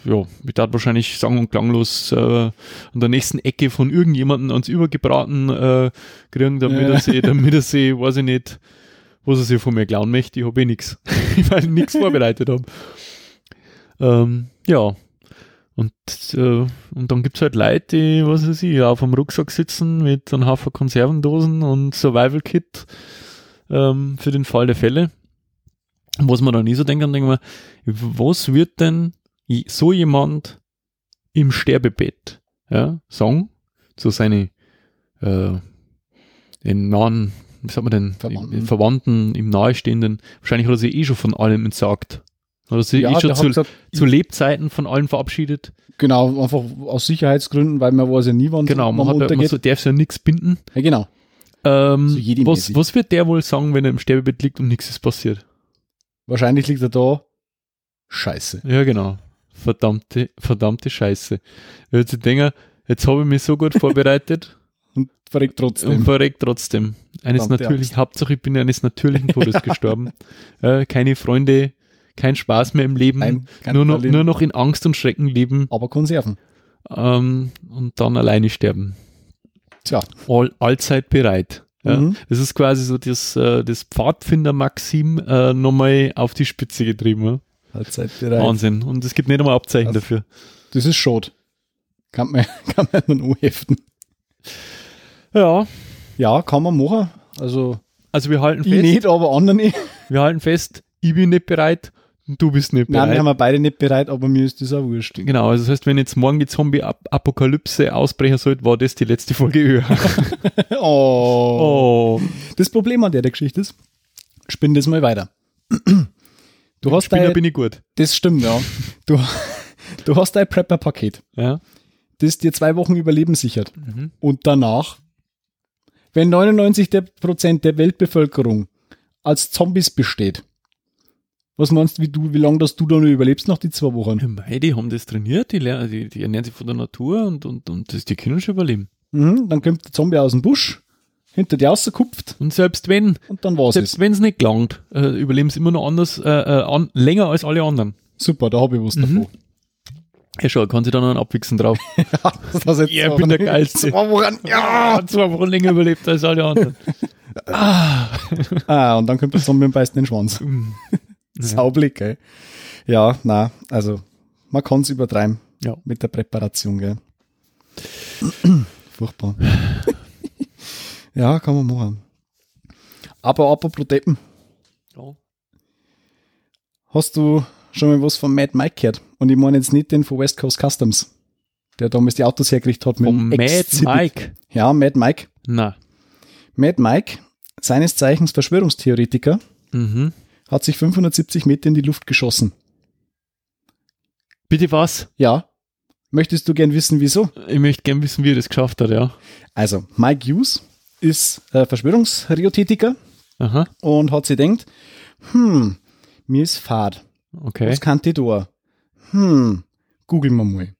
Speaker 1: ja, ich darf wahrscheinlich sang- und klanglos äh, an der nächsten Ecke von irgendjemandem ans Übergebraten äh, kriegen, damit
Speaker 2: Ja.
Speaker 1: er sie, damit er sie, weiß ich nicht, was er sich von mir klauen möchte, ich habe eh nichts, weil ich nichts vorbereitet habe. Ähm, ja. Und, äh, und dann gibt's halt Leute, die, was weiß ich, auf dem Rucksack sitzen mit einem Haufen Konservendosen und Survival Kit ähm, für den Fall der Fälle. Und was man dann nie so denkt, dann denkt man, was wird denn je- so jemand im Sterbebett ja, sang zu seinen äh, in nahen, wie sagt man denn,
Speaker 2: Verwandten.
Speaker 1: Im, im Verwandten, im Nahestehenden. Wahrscheinlich hat er sich eh schon von allem entsagt. Hat er sich
Speaker 2: Ja,
Speaker 1: eh schon
Speaker 2: der hat
Speaker 1: zu,
Speaker 2: gesagt,
Speaker 1: zu Lebzeiten von allen verabschiedet.
Speaker 2: Genau, einfach aus Sicherheitsgründen, weil Also man weiß ja nie, wann
Speaker 1: Genau, man,
Speaker 2: wann
Speaker 1: hat, ja- man so, darf ja nichts binden.
Speaker 2: ja, genau.
Speaker 1: Ähm,
Speaker 2: So jedi-mäßig.
Speaker 1: was, was wird der wohl sagen, wenn er im Sterbebett liegt und nichts ist passiert?
Speaker 2: Wahrscheinlich liegt er da. Scheiße.
Speaker 1: Ja, genau. Verdammte, verdammte Scheiße. Er wird sich denken, jetzt habe ich mich so gut vorbereitet
Speaker 2: Und verreckt
Speaker 1: und
Speaker 2: trotzdem.
Speaker 1: verreckt trotzdem. Eines
Speaker 2: Verdammte
Speaker 1: natürlich,
Speaker 2: Axt.
Speaker 1: Hauptsache ich bin eines natürlichen Todes gestorben. Äh, keine Freunde, kein Spaß mehr im Leben,
Speaker 2: Nein, kein
Speaker 1: nur, noch,
Speaker 2: Berlin.
Speaker 1: nur noch in Angst und Schrecken leben
Speaker 2: Aber Konserven.
Speaker 1: ähm, und dann alleine sterben.
Speaker 2: Tja,
Speaker 1: all, allzeit bereit. Ja,
Speaker 2: Mhm.
Speaker 1: Das ist quasi so das, äh, das Pfadfinder-Maxim äh, nochmal auf die Spitze getrieben. Ja?
Speaker 2: Halbzeit bereit.
Speaker 1: Wahnsinn. Und es gibt nicht einmal Abzeichen
Speaker 2: Das-
Speaker 1: dafür.
Speaker 2: Das ist Schot. Kann man, kann man einen anheften.
Speaker 1: Ja,
Speaker 2: Ja, kann man machen. Also,
Speaker 1: also wir halten
Speaker 2: ich
Speaker 1: fest,
Speaker 2: nicht, aber andere nicht.
Speaker 1: wir halten fest, ich bin nicht bereit und du bist nicht
Speaker 2: Nein, wir
Speaker 1: bereit.
Speaker 2: haben ja beide nicht bereit, aber mir ist das auch wurscht.
Speaker 1: genau, also das heißt, wenn jetzt morgen die Zombie-Apokalypse ausbrechen sollte, war das die letzte Folge höher.
Speaker 2: Oh.
Speaker 1: Oh,
Speaker 2: Das Problem an der Geschichte ist, spinn das mal weiter. Du hast
Speaker 1: Spinner
Speaker 2: dein,
Speaker 1: bin ich gut.
Speaker 2: das stimmt, ja. Du, du hast dein Prepper-Paket.
Speaker 1: Ja,
Speaker 2: das dir zwei Wochen Überleben sichert.
Speaker 1: Mhm.
Speaker 2: Und danach, wenn 99% der, Prozent der Weltbevölkerung als Zombies besteht, was meinst du, wie, du, wie lange dass du da noch überlebst nach die zwei Wochen?
Speaker 1: Ja, mei, die haben das trainiert, die, lernen, die, die ernähren sich von der Natur und, und, und das, die können schon überleben.
Speaker 2: Mhm, dann kommt der Zombie aus dem Busch, hinter dir rausgekupft
Speaker 1: Und selbst wenn,
Speaker 2: und dann war's
Speaker 1: Selbst
Speaker 2: es.
Speaker 1: wenn es nicht gelangt, äh, überleben sie immer noch anders, äh, äh, an, länger als alle anderen.
Speaker 2: Super, da hab ich was
Speaker 1: Mhm.
Speaker 2: davon.
Speaker 1: Ja, schon, kann sie dann noch einen abwichsen drauf.
Speaker 2: Das hast du jetzt
Speaker 1: Ja,
Speaker 2: zwei
Speaker 1: bin der
Speaker 2: Wochen-
Speaker 1: Geilste.
Speaker 2: Zwei Wochen, ja!
Speaker 1: Hat Ah, zwei Wochen länger überlebt als alle anderen.
Speaker 2: Ah, und dann kommt der Zombie und beißt in den Schwanz.
Speaker 1: Mhm.
Speaker 2: Saublick, gell? Ja, na, also, man kann's übertreiben.
Speaker 1: Ja.
Speaker 2: Mit der Präparation, gell? Furchtbar. ja, kann man machen. Aber apropos Deppen,
Speaker 1: Ja.
Speaker 2: hast du schon mal was von Mad Mike gehört? Und ich meine jetzt nicht den von West Coast Customs, der damals die Autos hergerichtet hat. mit
Speaker 1: Vom
Speaker 2: dem
Speaker 1: Mad
Speaker 2: Exhibit.
Speaker 1: Mike.
Speaker 2: Ja, Mad Mike.
Speaker 1: Na.
Speaker 2: Mad Mike, seines Zeichens Verschwörungstheoretiker,
Speaker 1: Mhm.
Speaker 2: hat sich 570 Meter in die Luft geschossen.
Speaker 1: Bitte was?
Speaker 2: Ja. Möchtest du gern wissen, wieso?
Speaker 1: Ich möchte gern wissen, wie er das geschafft hat, ja.
Speaker 2: Also, Mike Hughes ist äh, Verschwörungstheoretiker
Speaker 1: Aha.
Speaker 2: und hat sich denkt, hm, mir ist fad.
Speaker 1: Okay.
Speaker 2: Was kann die da? Hm, googeln wir mal.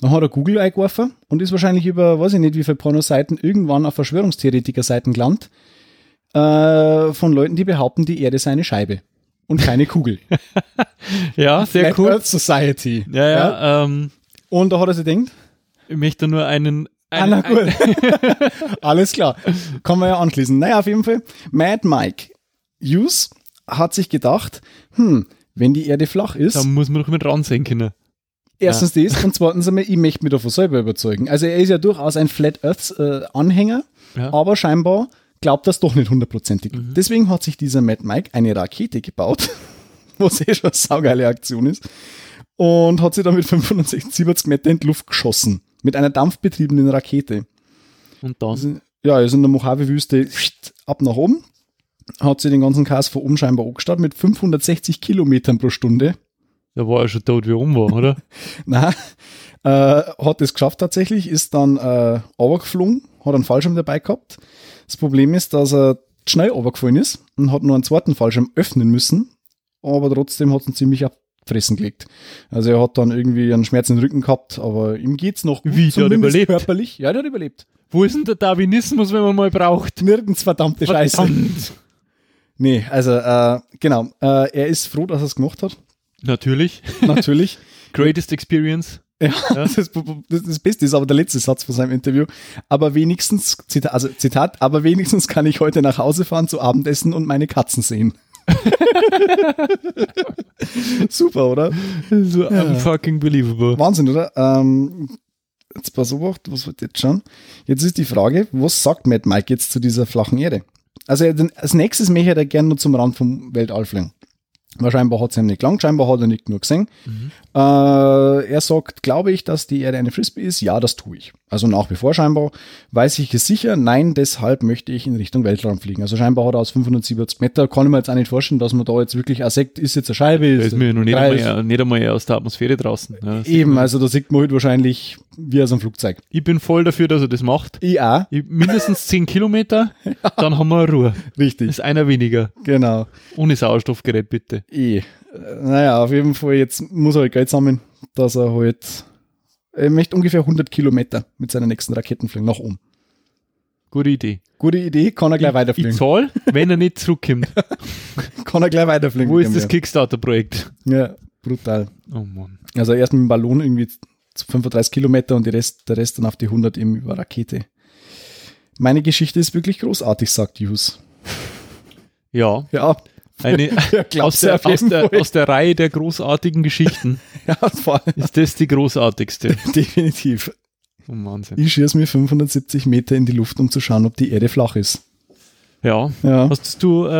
Speaker 2: Dann hat er Google eingeworfen und ist wahrscheinlich über, weiß ich nicht, wie viele Pornoseiten irgendwann auf Verschwörungstheoretiker-Seiten gelandet, äh, von Leuten, die behaupten, die Erde sei eine Scheibe und keine Kugel.
Speaker 1: Ja, sehr
Speaker 2: Flat
Speaker 1: cool.
Speaker 2: Earth Society.
Speaker 1: Ja, ja. Ähm,
Speaker 2: Und da hat er sich denkt,
Speaker 1: ich möchte nur einen.
Speaker 2: Ah,
Speaker 1: einen
Speaker 2: na gut. Alles klar. Kann man ja anschließen. Naja, auf jeden Fall. Mad Mike Hughes hat sich gedacht, hm, wenn die Erde flach ist,
Speaker 1: da muss man doch mit ransehen können.
Speaker 2: erstens das und zweitens einmal, ich möchte mich davon selber überzeugen. Also er ist ja durchaus ein Flat Earth äh, Anhänger,
Speaker 1: Ja.
Speaker 2: aber scheinbar glaubt das doch nicht hundertprozentig. Deswegen hat sich dieser Mad Mike eine Rakete gebaut, was eh schon eine saugeile Aktion ist, und hat sie dann mit 570 Meter in die Luft geschossen. Mit einer dampfbetriebenen Rakete
Speaker 1: Und dann.
Speaker 2: sind- ja, ist in der Mojave-Wüste pst, ab nach oben. Hat sie den ganzen Chaos vor unscheinbar angestarrt mit 560 Kilometern pro Stunde.
Speaker 1: Da war er schon tot, wie er um war, oder?
Speaker 2: Na, äh, hat es geschafft tatsächlich, ist dann äh, runtergeflogen, hat einen Fallschirm dabei gehabt. Das Problem ist, dass er schnell runtergefallen ist und hat nur einen zweiten Fallschirm öffnen müssen, aber trotzdem hat es ihn ziemlich abfressen gelegt. Also er hat dann irgendwie einen Schmerz im Rücken gehabt, aber ihm geht's noch gut,
Speaker 1: Wie, der hat
Speaker 2: zumindest
Speaker 1: überlebt?
Speaker 2: körperlich. Ja, der hat überlebt.
Speaker 1: Wo ist denn der Darwinismus, wenn man mal braucht?
Speaker 2: Nirgends verdammte Scheiße.
Speaker 1: Verdammt.
Speaker 2: Nee, also äh, genau. Äh, er ist froh, dass er es gemacht hat.
Speaker 1: Natürlich.
Speaker 2: Natürlich.
Speaker 1: Greatest Experience.
Speaker 2: ja, Das, ist- das, das Beste ist aber der letzte Satz von seinem Interview. Aber wenigstens, Zita also Zitat, aber wenigstens kann ich heute nach Hause fahren zu Abendessen und meine Katzen sehen. Super, oder?
Speaker 1: So unfucking believable.
Speaker 2: Wahnsinn, oder? Ähm, jetzt pass auf, was wird jetzt schon? Jetzt ist die Frage, was sagt Matt Mike jetzt zu dieser flachen Erde? Also er- als nächstes möchte er gerne nur zum Rand vom Weltall fliegen. Weil scheinbar hat es ihm nicht gelangt, scheinbar hat er nicht genug gesehen.
Speaker 1: Mhm.
Speaker 2: Äh, er sagt, glaube ich, dass die Erde eine Frisbee ist? Ja, das tue ich. Also nach wie vor scheinbar. Weiß ich es sicher? Nein, deshalb möchte ich in Richtung Weltraum fliegen. Also scheinbar hat er aus 577 Meter, kann ich mir jetzt auch nicht vorstellen, dass man da jetzt wirklich auch sagt, ist jetzt eine Scheibe,
Speaker 1: Da
Speaker 2: ist,
Speaker 1: ist mir
Speaker 2: ein
Speaker 1: noch nicht
Speaker 2: Kreis.
Speaker 1: einmal, nicht einmal aus der Atmosphäre draußen. Ja, das-
Speaker 2: Eben, also da sieht man halt wahrscheinlich wie aus einem Flugzeug.
Speaker 1: ich bin voll dafür, dass er das macht.
Speaker 2: Ich auch.
Speaker 1: Ich, mindestens 10 Kilometer, dann haben wir Ruhe.
Speaker 2: Richtig.
Speaker 1: Ist einer weniger.
Speaker 2: Genau.
Speaker 1: Ohne Sauerstoffgerät, bitte.
Speaker 2: Eh. Äh, Naja, auf jeden Fall, jetzt muss er halt Geld sammeln, dass er halt, er möchte ungefähr 100 Kilometer mit seiner nächsten Raketen fliegen, nach oben.
Speaker 1: Gute Idee.
Speaker 2: Gute Idee, kann er gleich
Speaker 1: Ich
Speaker 2: weiterfliegen.
Speaker 1: zahle, wenn er nicht zurückkommt.
Speaker 2: Kann er gleich weiterfliegen.
Speaker 1: Wo
Speaker 2: mit
Speaker 1: ist
Speaker 2: dem
Speaker 1: das Kickstarter-Projekt?
Speaker 2: Ding. Ja, brutal.
Speaker 1: Oh Mann.
Speaker 2: Also erst mit dem Ballon irgendwie zu 35 Kilometer und die Rest, der Rest dann auf die 100 eben über Rakete. Meine Geschichte ist wirklich großartig, sagt Hughes.
Speaker 1: Ja,
Speaker 2: Ja,
Speaker 1: eine,
Speaker 2: Ja, glaubst
Speaker 1: aus,
Speaker 2: du
Speaker 1: der,
Speaker 2: auf jeden
Speaker 1: aus, der,
Speaker 2: Fall.
Speaker 1: aus der Reihe der großartigen Geschichten
Speaker 2: ja, vor allem.
Speaker 1: ist das die großartigste.
Speaker 2: Definitiv.
Speaker 1: Oh Wahnsinn.
Speaker 2: Ich schieße mir 570 Meter in die Luft, um zu schauen, ob die Erde flach ist.
Speaker 1: Ja.
Speaker 2: Ja.
Speaker 1: Hast du, äh,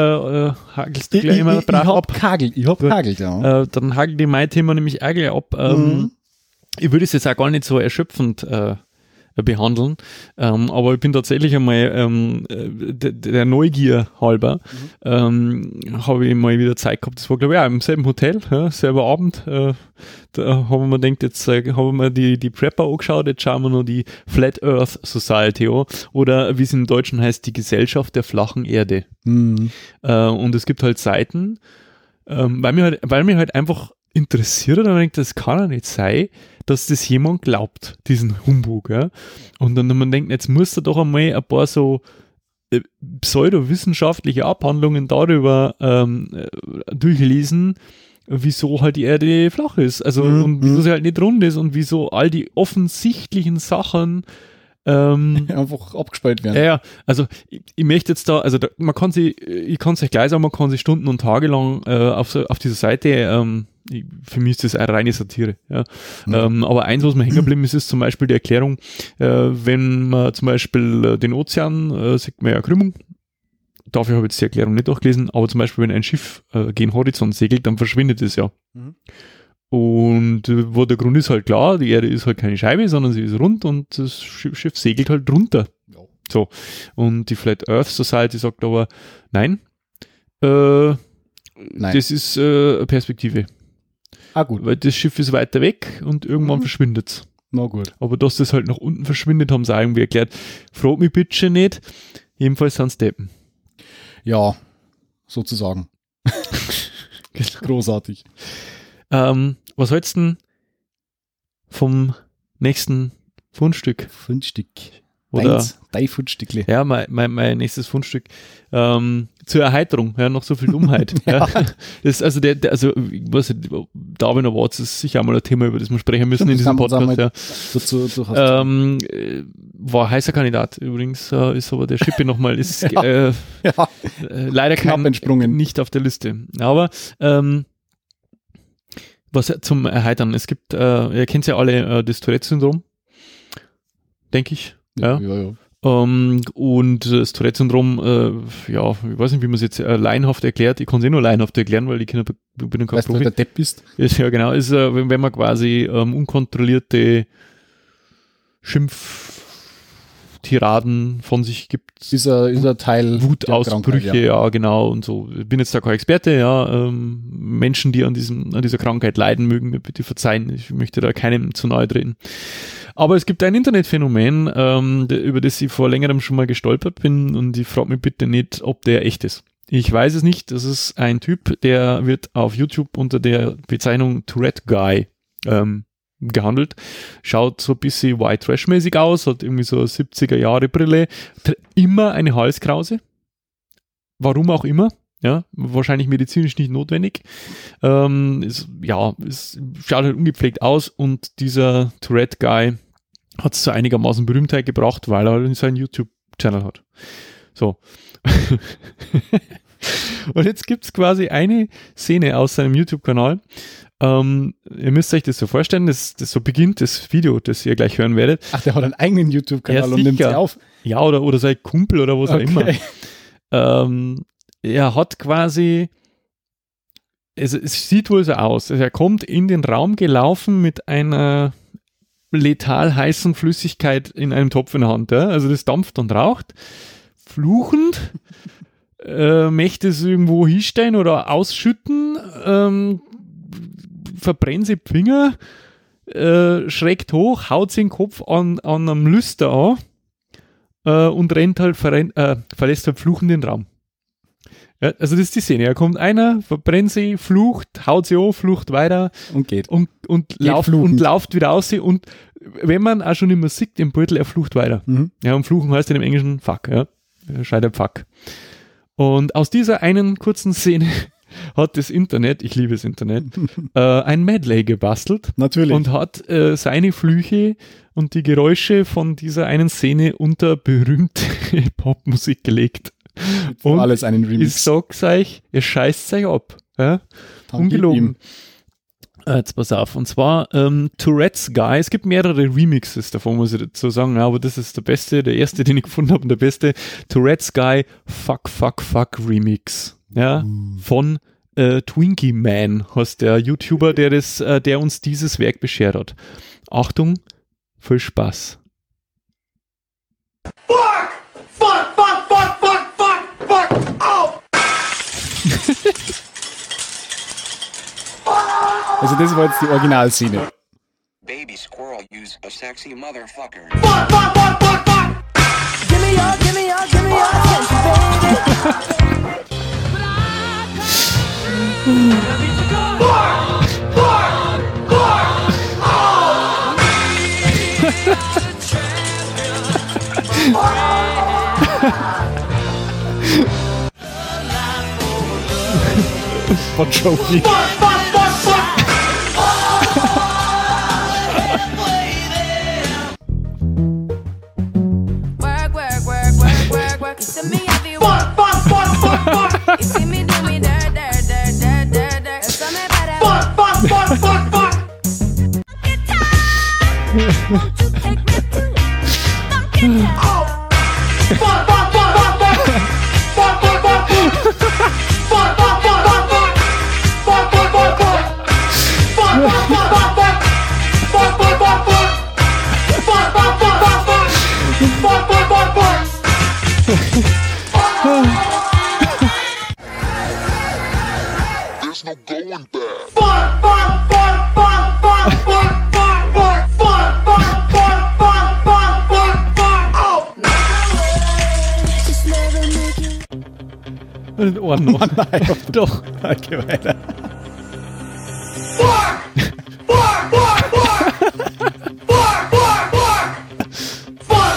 Speaker 1: äh, hakelst du
Speaker 2: Ich, ich,
Speaker 1: gleich
Speaker 2: ich,
Speaker 1: immer
Speaker 2: ich
Speaker 1: brav
Speaker 2: hab
Speaker 1: ab?
Speaker 2: Kagel, ich hab Kagel, ja. Mhm.
Speaker 1: Äh, dann hagelt die mein Thema nämlich auch gleich ab. Ähm, Ich würde es jetzt auch gar nicht so erschöpfend äh, behandeln, ähm, aber ich bin tatsächlich einmal ähm, äh, der, der Neugier halber,
Speaker 2: Mhm.
Speaker 1: ähm, habe ich mal wieder Zeit gehabt. Das war, glaube ich, auch im selben Hotel, ja, selber Abend. Äh, da haben wir gedacht, jetzt äh, haben wir die, die Prepper angeschaut, jetzt schauen wir noch die Flat Earth Society an oder wie es im Deutschen heißt, die Gesellschaft der flachen Erde.
Speaker 2: Mhm.
Speaker 1: Äh, und es gibt halt Seiten, ähm, weil, mir halt, weil mir halt einfach interessiert und ich denke, das kann ja nicht sein, dass das jemand glaubt, diesen Humbug. Ja? Und dann man denkt, jetzt muss da doch einmal ein paar so äh, pseudowissenschaftliche Abhandlungen darüber ähm, äh, durchlesen, wieso halt die Erde flach ist. Also
Speaker 2: Mhm.
Speaker 1: und wieso sie halt nicht rund ist und wieso all die offensichtlichen Sachen ähm,
Speaker 2: Einfach abgespielt werden.
Speaker 1: ja, ja, also ich, ich möchte jetzt da, also da, man kann sie, äh, ich kann es euch gleich sagen, man kann sie Stunden und Tage lang äh, auf, so, auf dieser Seite, ähm, ich, für mich ist das eine reine Satire. Ja. Ähm, aber eins, was mir hängen geblieben ist, ist zum Beispiel die Erklärung, äh, wenn man zum Beispiel äh, den Ozean, äh, sieht man ja Krümmung, dafür habe ich jetzt die Erklärung nicht durchgelesen, aber zum Beispiel, wenn ein Schiff äh, gegen Horizont segelt, dann verschwindet es ja.
Speaker 2: Mhm.
Speaker 1: Und äh, wo der Grund ist halt klar, die Erde ist halt keine Scheibe, sondern sie ist rund und das Schiff, Schiff segelt halt runter. So. Und die Flat Earth Society sagt aber, nein, äh,
Speaker 2: Nein.
Speaker 1: das ist äh, eine Perspektive.
Speaker 2: ah, gut.
Speaker 1: Weil das Schiff ist weiter weg und irgendwann verschwindet's.
Speaker 2: Na gut.
Speaker 1: Aber dass das halt nach unten verschwindet, haben sie auch irgendwie erklärt. Fragt mich bitte schon nicht. Jedenfalls sind Deppen.
Speaker 2: Ja, sozusagen.
Speaker 1: Genau.
Speaker 2: Großartig.
Speaker 1: Ähm, was hältst du denn vom nächsten Fundstück?
Speaker 2: Fundstück.
Speaker 1: Oder?
Speaker 2: Deins, dein Fundstückle.
Speaker 1: Ja, mein, mein, mein nächstes Fundstück. Ähm, zur Erheiterung, ja, noch so viel Dummheit. ja. Das, also, der, der, also, ich weiß nicht, Darwin Awards ist sicher einmal ein Thema, über das wir sprechen müssen in diesem
Speaker 2: Sagen wir- sagen
Speaker 1: Podcast. Ja.
Speaker 2: wir- Dazu, du hast
Speaker 1: Ähm, äh, war heißer Kandidat übrigens, äh, ist aber der Schippe nochmal, ist äh,
Speaker 2: ja.
Speaker 1: äh, leider
Speaker 2: Knapp
Speaker 1: kein,
Speaker 2: entsprungen.
Speaker 1: nicht auf der Liste. Aber ähm, was zum Erheitern, es gibt, äh, ihr kennt ja alle äh, das Tourette-Syndrom, denke ich.
Speaker 2: Ja,
Speaker 1: Ja.
Speaker 2: ja, ja.
Speaker 1: Ähm, und äh, das Tourette-Syndrom, äh, ja, ich weiß nicht, wie man es jetzt äh, laienhaft erklärt. Ich kann es eh nur laienhaft erklären, weil ich kenn- bin ja kein
Speaker 2: Weißt du,
Speaker 1: Profi.
Speaker 2: wer der Depp ist?
Speaker 1: Ist, ja, genau. Ist, äh, wenn, wenn man quasi ähm, unkontrollierte Schimpftiraden von sich gibt.
Speaker 2: Ist er, ist er Teil
Speaker 1: Wutausbrüche,
Speaker 2: der Krankheit,
Speaker 1: ja. genau und so. Ich bin jetzt da kein Experte, ja. Ähm, Menschen, die an, diesem, an dieser Krankheit leiden, mögen mir bitte verzeihen. Ich möchte da keinem zu nahe treten. Aber es gibt ein Internetphänomen, ähm, der, über das ich vor längerem schon mal gestolpert bin und ich frage mich bitte nicht, ob der echt ist. Ich weiß es nicht. Das ist ein Typ, der wird auf YouTube unter der Bezeichnung Tourette Guy ähm, gehandelt. Schaut so ein bisschen White Trash-mäßig aus, hat irgendwie so eine 70er Jahre Brille, tr- immer eine Halskrause. Warum auch immer. Ja, wahrscheinlich medizinisch nicht notwendig. Ähm, ist, ja, es schaut halt ungepflegt aus und dieser Tourette-Guy hat es zu einigermaßen Berühmtheit gebracht, weil er halt seinen YouTube-Channel hat. So. und jetzt gibt es quasi eine Szene aus seinem YouTube-Kanal. Ähm, ihr müsst euch das so vorstellen, das, das so beginnt das Video, das ihr gleich hören werdet.
Speaker 2: ja. Ach, der hat einen eigenen YouTube-Kanal
Speaker 1: Ja,
Speaker 2: und nimmt sie
Speaker 1: sicher.
Speaker 2: auf.
Speaker 1: Ja, oder, oder sein Kumpel oder was auch immer. Ähm, er hat quasi es, es sieht wohl so aus. Also er kommt in den Raum gelaufen mit einer letal heißen Flüssigkeit in einem Topf in der Hand. Ja? Also das dampft und raucht. Fluchend. äh, möchte es irgendwo hinstellen oder ausschütten. Ähm, verbrennt sie die Finger. Äh, schreckt hoch, haut den Kopf an, an einem Lüster an. Äh, und rennt halt, verren, äh, verlässt halt fluchend den Raum. Ja, also das ist die Szene. Da kommt einer, verbrennt sie, flucht, haut sie an, flucht weiter
Speaker 2: Und geht.
Speaker 1: und, und, lauft,
Speaker 2: fluchend.
Speaker 1: und lauft wieder aus sie und wenn man auch schon immer sieht, den Beutel, er flucht weiter. Ja, und fluchen heißt in dem Englischen fuck, ja. Scheider fuck. Und aus dieser einen kurzen Szene hat das Internet, ich liebe das Internet, äh, ein Medley gebastelt
Speaker 2: Natürlich.
Speaker 1: und hat äh, seine Flüche und die Geräusche von dieser einen Szene unter berühmte Popmusik gelegt. Und
Speaker 2: alles einen Remix.
Speaker 1: ich sag's euch, ihr scheißt euch ab. Ja?
Speaker 2: Dann
Speaker 1: Ungelogen.
Speaker 2: gib
Speaker 1: Äh, Jetzt pass auf, und zwar ähm, Tourette's Guy. Es gibt mehrere Remixes davon, muss ich dazu sagen, ja, aber das ist der beste, der erste, den ich gefunden habe und der beste. Tourette's Guy Fuck Fuck Fuck Remix. Ja, von äh, Twinkie Man, heißt der YouTuber, der, das, äh, der uns dieses Werk beschert hat. Achtung, viel Spaß.
Speaker 6: Fuck! Fuck, fuck, fuck, fuck, fuck, fuck! Oh!
Speaker 2: Also das war jetzt die Originalszene.
Speaker 7: Baby squirrel use a sexy motherfucker.
Speaker 6: Fuck, fuck, fuck, fuck, fuck!
Speaker 8: Give me your, give me your, give me your attention, baby.
Speaker 2: Von Jovi.
Speaker 6: Fuck, fuck, fuck, fuck!
Speaker 8: Work, work, work, work, work, work. You see me everywhere.
Speaker 6: Fuck, fuck, fuck, fuck, fuck!
Speaker 8: You see me do me dirt, dirt, dirt, dirt, dirt, dirt. And Tell me about that.
Speaker 6: Fuck, fuck, fuck, fuck, fuck! Fuck, fuck, fuck, fuck, fuck! Fuck, fuck, fuck, fuck! Fuck, fuck, fuck, fuck, fuck! Fuck, fuck, fuck, fuck! Fuck, fuck, fuck, fuck, fuck! Fuck, fuck, fuck, fuck! Fuck, fuck, fuck, fuck, fuck! Fuck, fuck, fuck, fuck!
Speaker 5: There's no going back.
Speaker 6: Fuck, fuck, fuck, fuck, fuck, fuck, fuck, fuck, fuck, fuck, fuck, fuck, fuck, fuck, fuck, oh!
Speaker 1: In den Ohren noch. Doch.
Speaker 2: Okay, weiter.
Speaker 6: Fuck! Fuck, fuck, fuck! Fuck, fuck, fuck! Fuck, fuck!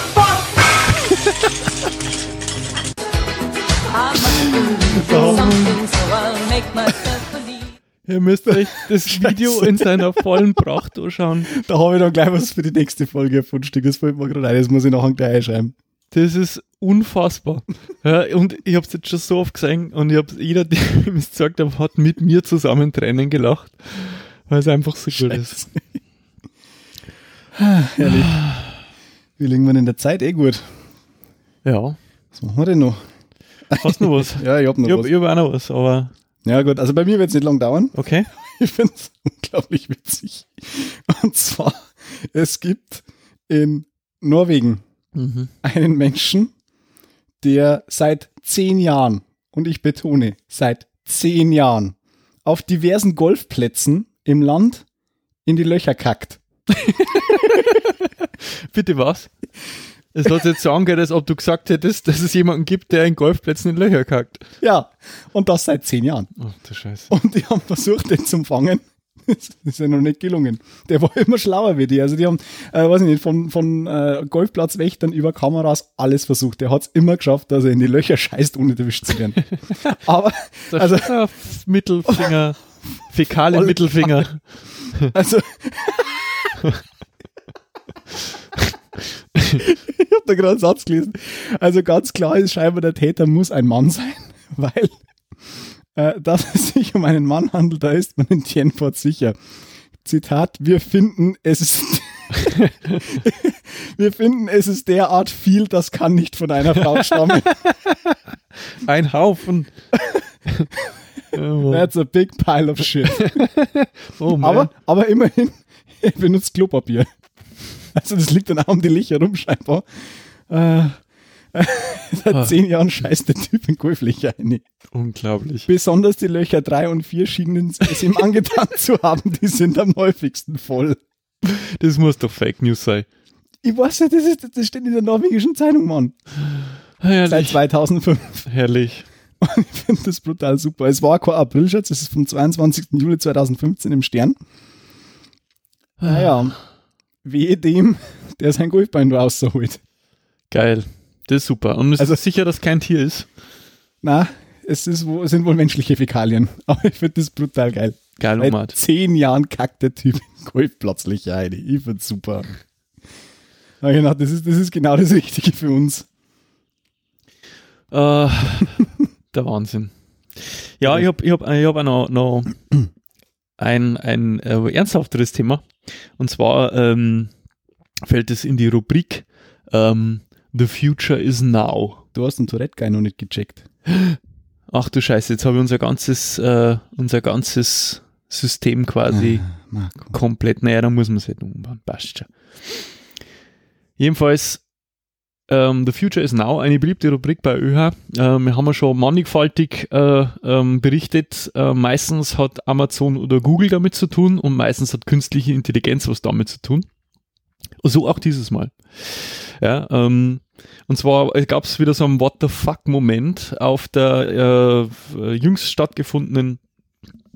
Speaker 8: Something, so I'll make myself believe.
Speaker 1: Ihr müsst euch das Video in seiner vollen Pracht anschauen.
Speaker 2: Da habe ich dann gleich was für die nächste Folge erfunden. Das fällt mir gerade ein. Das muss ich nachher gleich einschreiben.
Speaker 1: Das ist unfassbar. Ja, und ich habe es jetzt schon so oft gesehen und ich habe jeder, der mir es gesagt hat, hat mit mir zusammen Tränen gelacht, weil es einfach so gut ist.
Speaker 2: Wie liegen wir denn in der Zeit? Eh gut.
Speaker 1: Ja.
Speaker 2: Was machen wir denn noch?
Speaker 1: Hast du noch was?
Speaker 2: Ja, ich hab noch
Speaker 1: ich hab,
Speaker 2: was.
Speaker 1: Ich hab auch noch was, aber
Speaker 2: Ja gut, also bei mir wird es nicht lang dauern.
Speaker 1: okay.
Speaker 2: Ich finde es unglaublich witzig. Und zwar, es gibt in Norwegen einen Menschen, der seit zehn Jahren, und ich betone, seit zehn Jahren, auf diversen Golfplätzen im Land in die Löcher kackt.
Speaker 1: Bitte was? Es hat jetzt so angehört, als ob du gesagt hättest, dass es jemanden gibt, der in Golfplätzen in Löcher kackt. Oh,
Speaker 2: Ja, und das seit zehn Jahren.
Speaker 1: Ach du Scheiße.
Speaker 2: Und die haben versucht, den zu fangen. Das ist ja noch nicht gelungen. Der war immer schlauer wie die. Also die haben, äh, weiß ich nicht, von, von äh, Golfplatzwächtern über Kameras alles versucht. Der hat es immer geschafft, dass er in die Löcher scheißt, ohne erwischt zu werden. Aber, also,
Speaker 1: Also, Mittelfinger, fäkale
Speaker 2: Voll-
Speaker 1: Mittelfinger.
Speaker 2: also. ich habe da gerade einen Satz gelesen. Also ganz klar ist scheinbar, der Täter muss ein Mann sein, weil äh, dass es sich um einen Mann handelt, da ist man in Tienfort sicher. Zitat, wir finden, es ist. wir finden, es ist derart viel, das kann nicht von einer Frau stammen.
Speaker 1: Ein Haufen.
Speaker 2: That's a big pile of shit.
Speaker 1: Oh Mann.
Speaker 2: aber, aber immerhin, er benutzt Klopapier. Also das liegt dann auch um die Licher rum scheinbar. Äh, seit zehn Jahren scheißt der Typ in Golflöcher ein.
Speaker 1: Unglaublich.
Speaker 2: Besonders die Löcher 3 und 4 schienen es ihm angetan zu haben, die sind am häufigsten voll.
Speaker 1: Das muss doch Fake News sein.
Speaker 2: Ich weiß nicht, das, ist, das steht in der norwegischen Zeitung, Mann. Seit
Speaker 1: Herrlich.
Speaker 2: 2005.
Speaker 1: Herrlich.
Speaker 2: Und ich finde das brutal super. Es war kein Aprilscherz, es ist vom 22. Juli 2015 im Stern. Naja, wehe dem, der sein Golfbein da rausholt.
Speaker 1: Geil. Das ist super. Und es
Speaker 2: Also-
Speaker 1: ist sicher, dass kein Tier ist.
Speaker 2: Na, es ist, wo- es sind wohl menschliche Fäkalien. Aber ich finde das brutal geil.
Speaker 1: Geil,
Speaker 2: Seit
Speaker 1: Omat.
Speaker 2: zehn Jahren kackt der Typ in Golf plötzlich rein. Ich find's super. Na genau, das ist, das ist genau das Richtige für uns.
Speaker 1: Äh, der Wahnsinn. Ja, ich habe ich hab, ich hab auch noch, noch ein, ein äh, ernsthafteres Thema. Und zwar ähm, fällt es in die Rubrik ähm, The Future is Now.
Speaker 2: Du hast den Tourette Guy noch nicht gecheckt.
Speaker 1: Ach du Scheiße, jetzt habe ich unser ganzes, äh, unser ganzes System quasi
Speaker 2: Ah. Marco.
Speaker 1: komplett. Naja, dann muss man es halt umbauen. Passt schon. Jedenfalls, ähm, The Future is Now, eine beliebte Rubrik bei ÖH. Ähm, wir haben ja schon mannigfaltig äh, ähm, berichtet. Äh, meistens hat Amazon oder Google damit zu tun und meistens hat künstliche Intelligenz was damit zu tun. So auch dieses Mal. Ja, ähm, und zwar gab es wieder so einen What the fuck-Moment auf der äh, jüngst stattgefundenen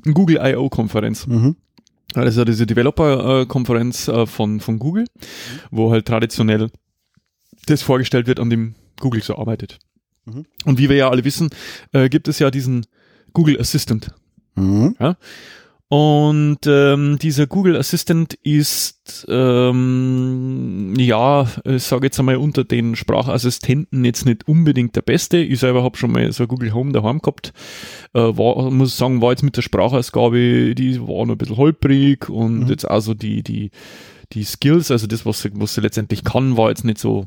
Speaker 1: Google I.O.-Konferenz.
Speaker 2: Mhm.
Speaker 1: Ja, Ah, Das ist ja diese Developer-Konferenz äh, von, von Google, wo halt traditionell das vorgestellt wird, an dem Google so arbeitet.
Speaker 2: Mhm.
Speaker 1: Und wie wir ja alle wissen, äh, gibt es ja diesen Google Assistant.
Speaker 2: Mhm.
Speaker 1: Und ähm, dieser Google Assistant ist, ähm, ja, ich sage jetzt einmal unter den Sprachassistenten jetzt nicht unbedingt der beste. Ich selber habe schon mal so ein Google Home daheim gehabt. Äh, war, muss sagen, war jetzt mit der Sprachausgabe, die war noch ein bisschen holprig und
Speaker 2: Mhm.
Speaker 1: jetzt also die, die, die Skills, also das, was sie, was sie letztendlich kann, war jetzt nicht so,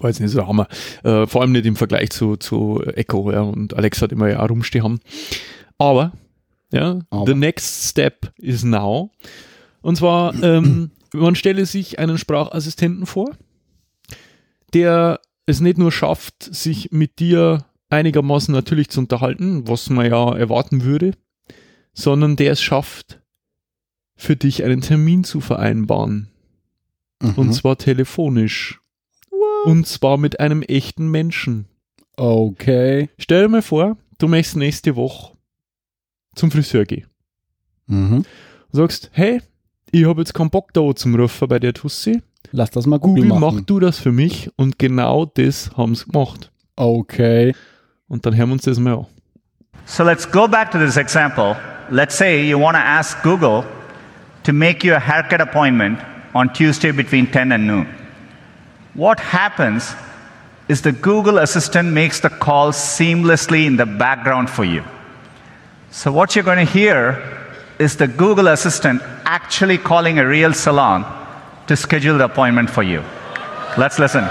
Speaker 1: war jetzt nicht so der Hammer. Äh, vor allem nicht im Vergleich zu, zu Echo ja, und Alexa, die wir ja auch rumstehen haben. Aber, ja,
Speaker 2: Aber.
Speaker 1: the next step is now. Und zwar, ähm, man stelle sich einen Sprachassistenten vor, der es nicht nur schafft, sich mit dir einigermaßen natürlich zu unterhalten, was man ja erwarten würde, sondern der es schafft, für dich einen Termin zu vereinbaren. Und
Speaker 2: Mhm.
Speaker 1: zwar telefonisch. Und zwar mit einem echten Menschen.
Speaker 2: Okay.
Speaker 1: Stell dir mal vor, du möchtest nächste Woche zum Friseur gehen.
Speaker 2: Mhm.
Speaker 1: Und sagst, hey, ich habe jetzt keinen Bock da zum Röffer bei der Tussi.
Speaker 2: Lass das mal Google,
Speaker 1: Google,
Speaker 2: machen.
Speaker 1: mach du das für mich. Und genau das haben sie gemacht.
Speaker 2: Okay.
Speaker 1: Und dann hören wir uns das mal an.
Speaker 9: So let's go back to this example. Let's say you want to ask Google to make you a haircut appointment on Tuesday between 10 and noon. What happens is the Google Assistant makes the call seamlessly in the background for you. So, what you're going to hear is the Google Assistant actually calling a real salon to schedule the appointment for you. Let's listen.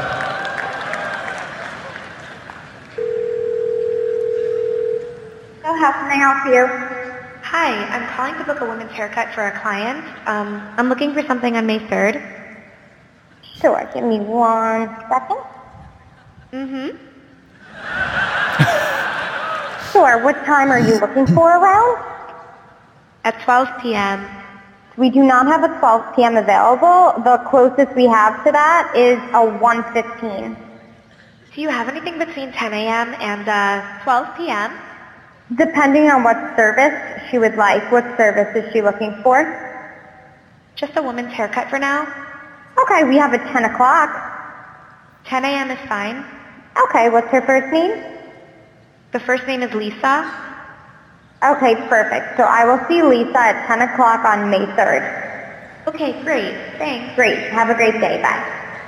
Speaker 10: Hello, how can I help you? Hi, I'm calling to book a woman's haircut for a client. Um, I'm looking for something on May 3rd. Sure, give me one second. Mm-hmm. sure, what time are you looking for around? At 12 p.m. We do not have a 12 p.m. available. The closest we have to that is a 1.15. Do you have anything between 10 a.m. and uh, 12 p.m.? Depending on what service she would like, what service is she looking for? Just a woman's haircut for now. Okay, we have a 10 o'clock. 10 a.m. is fine. Okay, what's her first name? The first name is Lisa. Okay, perfect. So I will see Lisa at 10 o'clock on May 3rd. Okay, great. Thanks. Great. Have a great day. Bye.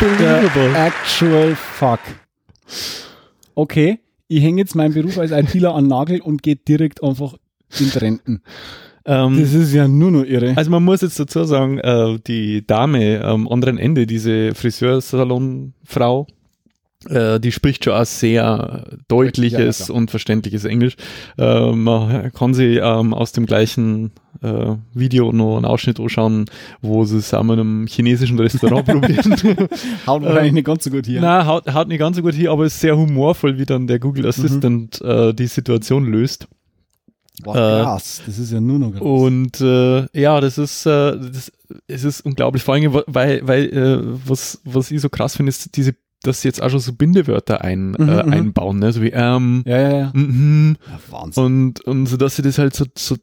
Speaker 2: Unbelievable. Actual fuck. Okay, ich hänge jetzt meinen Beruf als ITler an den Nagel und gehe direkt einfach in die Renten. Äh,
Speaker 1: Ähm,
Speaker 2: Das ist ja nur noch irre.
Speaker 1: Also man muss jetzt dazu sagen, äh, die Dame am anderen Ende, diese Friseursalonfrau, Äh, die spricht schon auch sehr deutliches
Speaker 2: klar.
Speaker 1: und verständliches Englisch. Äh, man kann sie ähm, aus dem gleichen äh, Video noch einen Ausschnitt anschauen, wo sie es auch mit einem chinesischen Restaurant probieren.
Speaker 2: Haut wahrscheinlich nicht ganz so gut hier.
Speaker 1: Na, haut, haut nicht ganz so gut hier, aber ist sehr humorvoll, wie dann der Google Assistant äh, die Situation löst.
Speaker 2: Boah,
Speaker 1: äh,
Speaker 2: krass, das ist ja nur noch krass.
Speaker 1: Und äh, ja, das ist, äh, das, es ist unglaublich. Vor allem, weil, weil äh, was, was ich so krass finde, ist diese, dass sie jetzt auch schon so Bindewörter ein,
Speaker 2: Mhm,
Speaker 1: äh,
Speaker 2: mhm.
Speaker 1: einbauen, ne? so wie ähm,
Speaker 2: ja, ja, ja.
Speaker 1: mhm.
Speaker 2: ja Wahnsinn.
Speaker 1: und, und so, dass sie das halt so, so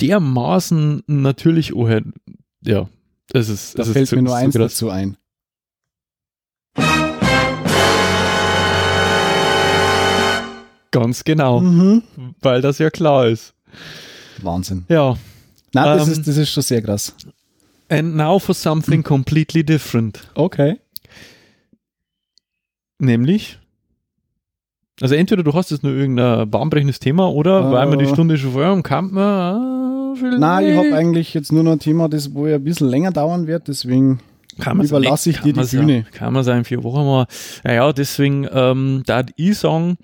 Speaker 1: dermaßen natürlich, oh, ja, es ist,
Speaker 2: Da
Speaker 1: es ist
Speaker 2: fällt
Speaker 1: zu-
Speaker 2: mir nur
Speaker 1: zu
Speaker 2: eins
Speaker 1: krass.
Speaker 2: dazu ein.
Speaker 1: Ganz genau,
Speaker 2: Mhm.
Speaker 1: weil das ja klar ist.
Speaker 2: Wahnsinn.
Speaker 1: Ja.
Speaker 2: Nein, das,
Speaker 1: Ähm,
Speaker 2: ist, das ist schon sehr krass.
Speaker 1: And now for
Speaker 2: Mhm.
Speaker 1: something completely different.
Speaker 2: Okay.
Speaker 1: Nämlich? Also entweder du hast jetzt nur irgendein bahnbrechendes Thema oder
Speaker 2: Äh.
Speaker 1: weil man die Stunde schon vorher am Kampf man, ah, vielleicht-
Speaker 2: Nein, ich habe eigentlich jetzt nur noch ein Thema, das wo ja ein bisschen länger dauern wird, deswegen
Speaker 1: Kann man's
Speaker 2: überlasse
Speaker 1: nicht-
Speaker 2: ich dir
Speaker 1: kann
Speaker 2: die
Speaker 1: man's
Speaker 2: Bühne.
Speaker 1: Ja, kann man sein, vier Wochen mal. Naja, deswegen, ähm, da ich sagen,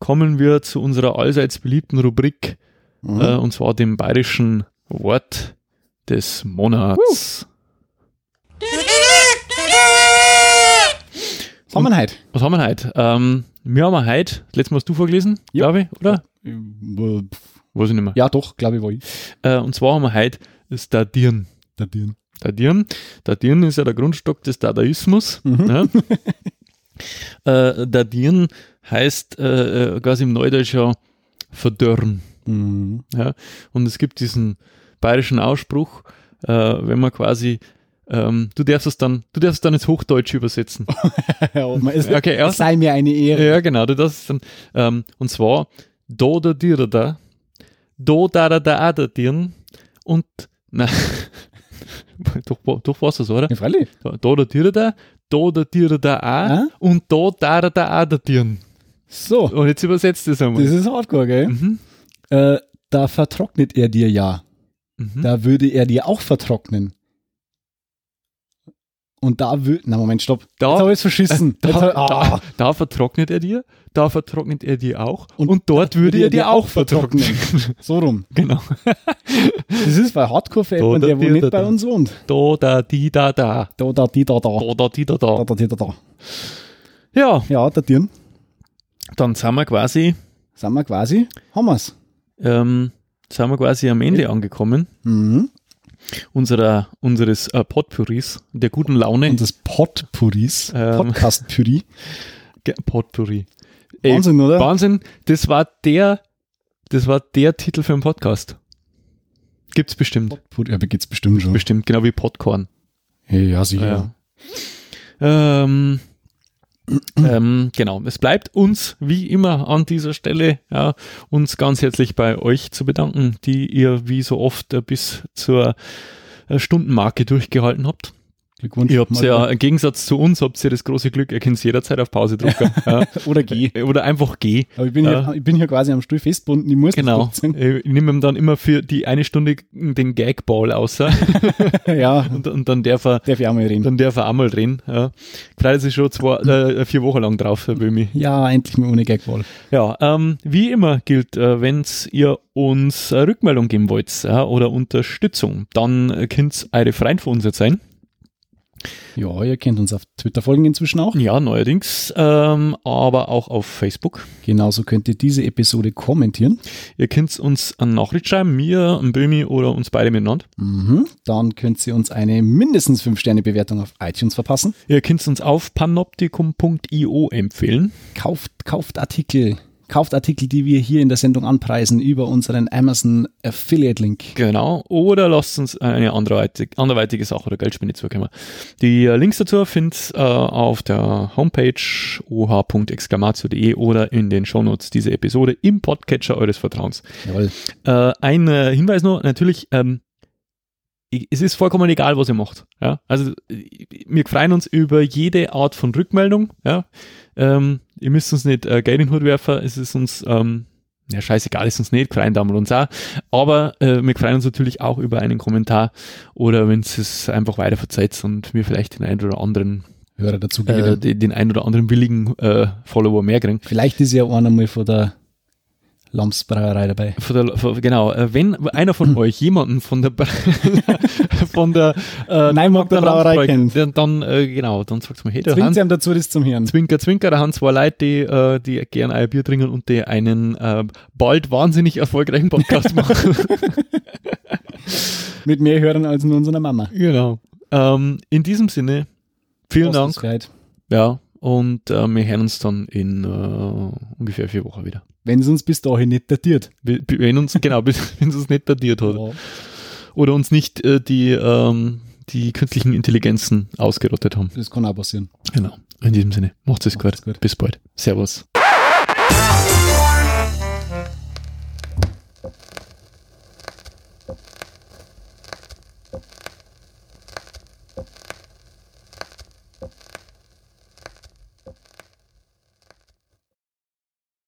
Speaker 1: kommen wir zu unserer allseits beliebten Rubrik
Speaker 2: Mhm.
Speaker 1: äh, und zwar dem bayerischen Wort des Monats.
Speaker 2: Was haben wir denn heute?
Speaker 1: Was haben wir heute? Ähm, wir haben heute, letztes Mal hast du vorgelesen, glaube ich, oder?
Speaker 2: Ähm, äh, pf,
Speaker 1: Weiß ich nicht mehr.
Speaker 2: Ja, doch, glaube ich, war ich.
Speaker 1: Äh, und zwar haben wir heute das Datieren.
Speaker 2: Der Dirn.
Speaker 1: Datieren. Datieren ist ja der Grundstock des Dadaismus. Ja. äh, datieren heißt äh, äh, quasi im Neudeutsch ja verdörren.
Speaker 2: Mhm.
Speaker 1: Ja. Und es gibt diesen bayerischen Ausspruch, äh, wenn man quasi, ähm, du darfst es dann, du darfst es dann ins Hochdeutsche übersetzen.
Speaker 2: Ja, aber es,
Speaker 1: Okay,
Speaker 2: es
Speaker 1: erst,
Speaker 2: sei mir eine Ehre.
Speaker 1: ja genau, du darfst es dann, ähm, und zwar do da dir da, do da da da da dirn und, na, doch, doch warst du so, oder?
Speaker 2: Ja, freilich.
Speaker 1: Da, da der Tiere da, da der Tiere da auch
Speaker 2: Ah?
Speaker 1: und da da da da auch der Tieren.
Speaker 2: So,
Speaker 1: Und jetzt übersetzt das einmal.
Speaker 2: das ist Hardcore, gell?
Speaker 1: Mhm.
Speaker 2: Äh, da vertrocknet er dir ja.
Speaker 1: Mhm.
Speaker 2: Da würde er dir auch vertrocknen. Und da würde. Na, Moment, stopp.
Speaker 1: Da-
Speaker 2: Jetzt habe ich es verschissen.
Speaker 1: Da,
Speaker 2: Jetzt hab-
Speaker 1: da,
Speaker 2: ah.
Speaker 1: da vertrocknet er dir, da vertrocknet er dir auch
Speaker 2: Und
Speaker 1: und, dort würde er dir auch vertrocknen.
Speaker 2: so rum.
Speaker 1: genau.
Speaker 2: Das ist bei Hardcore-Fan,
Speaker 1: Da,
Speaker 2: der
Speaker 1: da,
Speaker 2: wo
Speaker 1: da, da,
Speaker 2: nicht bei
Speaker 1: da.
Speaker 2: uns wohnt.
Speaker 1: Da, da, die, da, da.
Speaker 2: Da, da, die, da, da.
Speaker 1: Da, da, die, da,
Speaker 2: Da,
Speaker 1: da.
Speaker 2: da, die, da, da.
Speaker 1: Ja,
Speaker 2: Ja, der Dirn.
Speaker 1: dann sind wir quasi,
Speaker 2: Sind wir quasi. Haben wir's.
Speaker 1: ähm, sind wir quasi am Ende angekommen
Speaker 2: Mhm.
Speaker 1: unserer, unseres äh, Potpourris, der guten Laune.
Speaker 2: Und das Potpourris.
Speaker 1: Ähm.
Speaker 2: Podcast-Püree.
Speaker 1: Ge- Potpourri.
Speaker 2: Wahnsinn, oder?
Speaker 1: Wahnsinn, das war der, das war der Titel für einen Podcast. Gibt's bestimmt.
Speaker 2: Potpourri. Ja, aber geht's bestimmt schon.
Speaker 1: Bestimmt, genau wie Podcorn.
Speaker 2: ja, sicher.
Speaker 1: Ja. Ähm, ähm, genau, es bleibt uns wie immer an dieser Stelle ja, uns ganz herzlich bei euch zu bedanken, die ihr wie so oft äh, bis zur äh, Stundenmarke durchgehalten habt.
Speaker 2: Glückwunsch.
Speaker 1: Ihr habt
Speaker 2: Mal-
Speaker 1: ja im Gegensatz zu uns habt ihr das große Glück, ihr könnt jederzeit auf Pause drücken. ja.
Speaker 2: Oder geh.
Speaker 1: Oder einfach geh.
Speaker 2: Aber ich bin,
Speaker 1: Ja.
Speaker 2: hier, ich bin hier quasi am Stuhl festgebunden. Ich muss
Speaker 1: Genau.
Speaker 2: das durchziehen.
Speaker 1: Ich nehme ihm dann immer für die eine Stunde den Gagball außer
Speaker 2: Ja,
Speaker 1: und, und dann darf er
Speaker 2: darf ich auch mal reden.
Speaker 1: dann darf er einmal drehen. Ja. Freut sich schon zwei, äh, vier Wochen lang drauf, Herr Böhmi.
Speaker 2: Ja, endlich mal ohne Gagwall.
Speaker 1: Ja, ähm, wie immer gilt, äh, wenn's ihr uns äh, Rückmeldung geben wollt ja, oder Unterstützung, dann äh, könnt's eure Freund von uns jetzt sein.
Speaker 2: Ja, ihr könnt uns auf Twitter folgen inzwischen auch.
Speaker 1: Ja, neuerdings, ähm, aber auch auf Facebook.
Speaker 2: Genauso könnt ihr diese Episode kommentieren.
Speaker 1: Ihr könnt's uns eine Nachricht schreiben, mir, dem Böhmi oder uns beide miteinander.
Speaker 2: Mhm. Dann könnt ihr uns eine mindestens 5-Sterne-Bewertung auf iTunes verpassen.
Speaker 1: Ihr könnt's uns auf panoptikum.io empfehlen.
Speaker 2: Kauft, kauft Artikel. Kauft Artikel, die wir hier in der Sendung anpreisen über unseren Amazon Affiliate Link.
Speaker 1: Genau, oder lasst uns eine anderweitig, anderweitige Sache oder Geldspende zukommen. Die äh, Links dazu findet äh, auf der Homepage oh.exclamatio.de oder in den Shownotes dieser Episode im Podcatcher eures Vertrauens.
Speaker 2: Jawohl.
Speaker 1: Äh, ein äh, Hinweis noch, natürlich, ähm, i- es ist vollkommen egal, was ihr macht. Ja? Also i- i- wir freuen uns über jede Art von Rückmeldung. Ja? Ähm, ihr müsst uns nicht äh, Geld in den Hut werfen, es ist uns, ähm, ja scheißegal ist uns nicht, freuen damals uns auch. Aber äh, wir freuen uns natürlich auch über einen Kommentar oder wenn es einfach weiter verzeiht und wir vielleicht den einen oder anderen
Speaker 2: Hörer dazu
Speaker 1: äh,
Speaker 2: gewinnen.
Speaker 1: den, den ein oder anderen billigen äh, Follower mehr kriegen.
Speaker 2: Vielleicht ist ja einer mal von der Lams Brauerei dabei.
Speaker 1: Von der, von, genau, äh, wenn einer von euch jemanden von der Bra- von der äh,
Speaker 2: Nein, mag der Brauerei
Speaker 1: Landsberg-
Speaker 2: kennt.
Speaker 1: dann, dann äh, genau, dann sagt's mir, hey, der
Speaker 2: Zwingt
Speaker 1: Hans,
Speaker 2: sie ihm dazu, das zum Hirn.
Speaker 1: Zwinker, Zwinker, da haben zwei Leute, die, äh, die gern ein Bier trinken und die einen äh, bald wahnsinnig erfolgreichen Podcast machen.
Speaker 2: Mit mehr Hörern als in unserer Mama.
Speaker 1: genau. Ähm, in diesem Sinne, vielen
Speaker 2: Prost,
Speaker 1: Dank.
Speaker 2: bis heute.
Speaker 1: Ja, und äh, wir hören uns dann in äh, ungefähr vier Wochen wieder.
Speaker 2: Wenn es uns bis dahin nicht datiert.
Speaker 1: Wir- wir- Wenn uns, genau, bis- wenn es uns nicht datiert hat.
Speaker 2: Ja.
Speaker 1: Oder uns nicht äh, die, ähm, die künstlichen Intelligenzen ausgerottet haben.
Speaker 2: Das kann auch passieren.
Speaker 1: Genau. In diesem Sinne, macht's es
Speaker 2: Macht's
Speaker 1: gut.
Speaker 2: gut.
Speaker 1: Bis bald. Servus.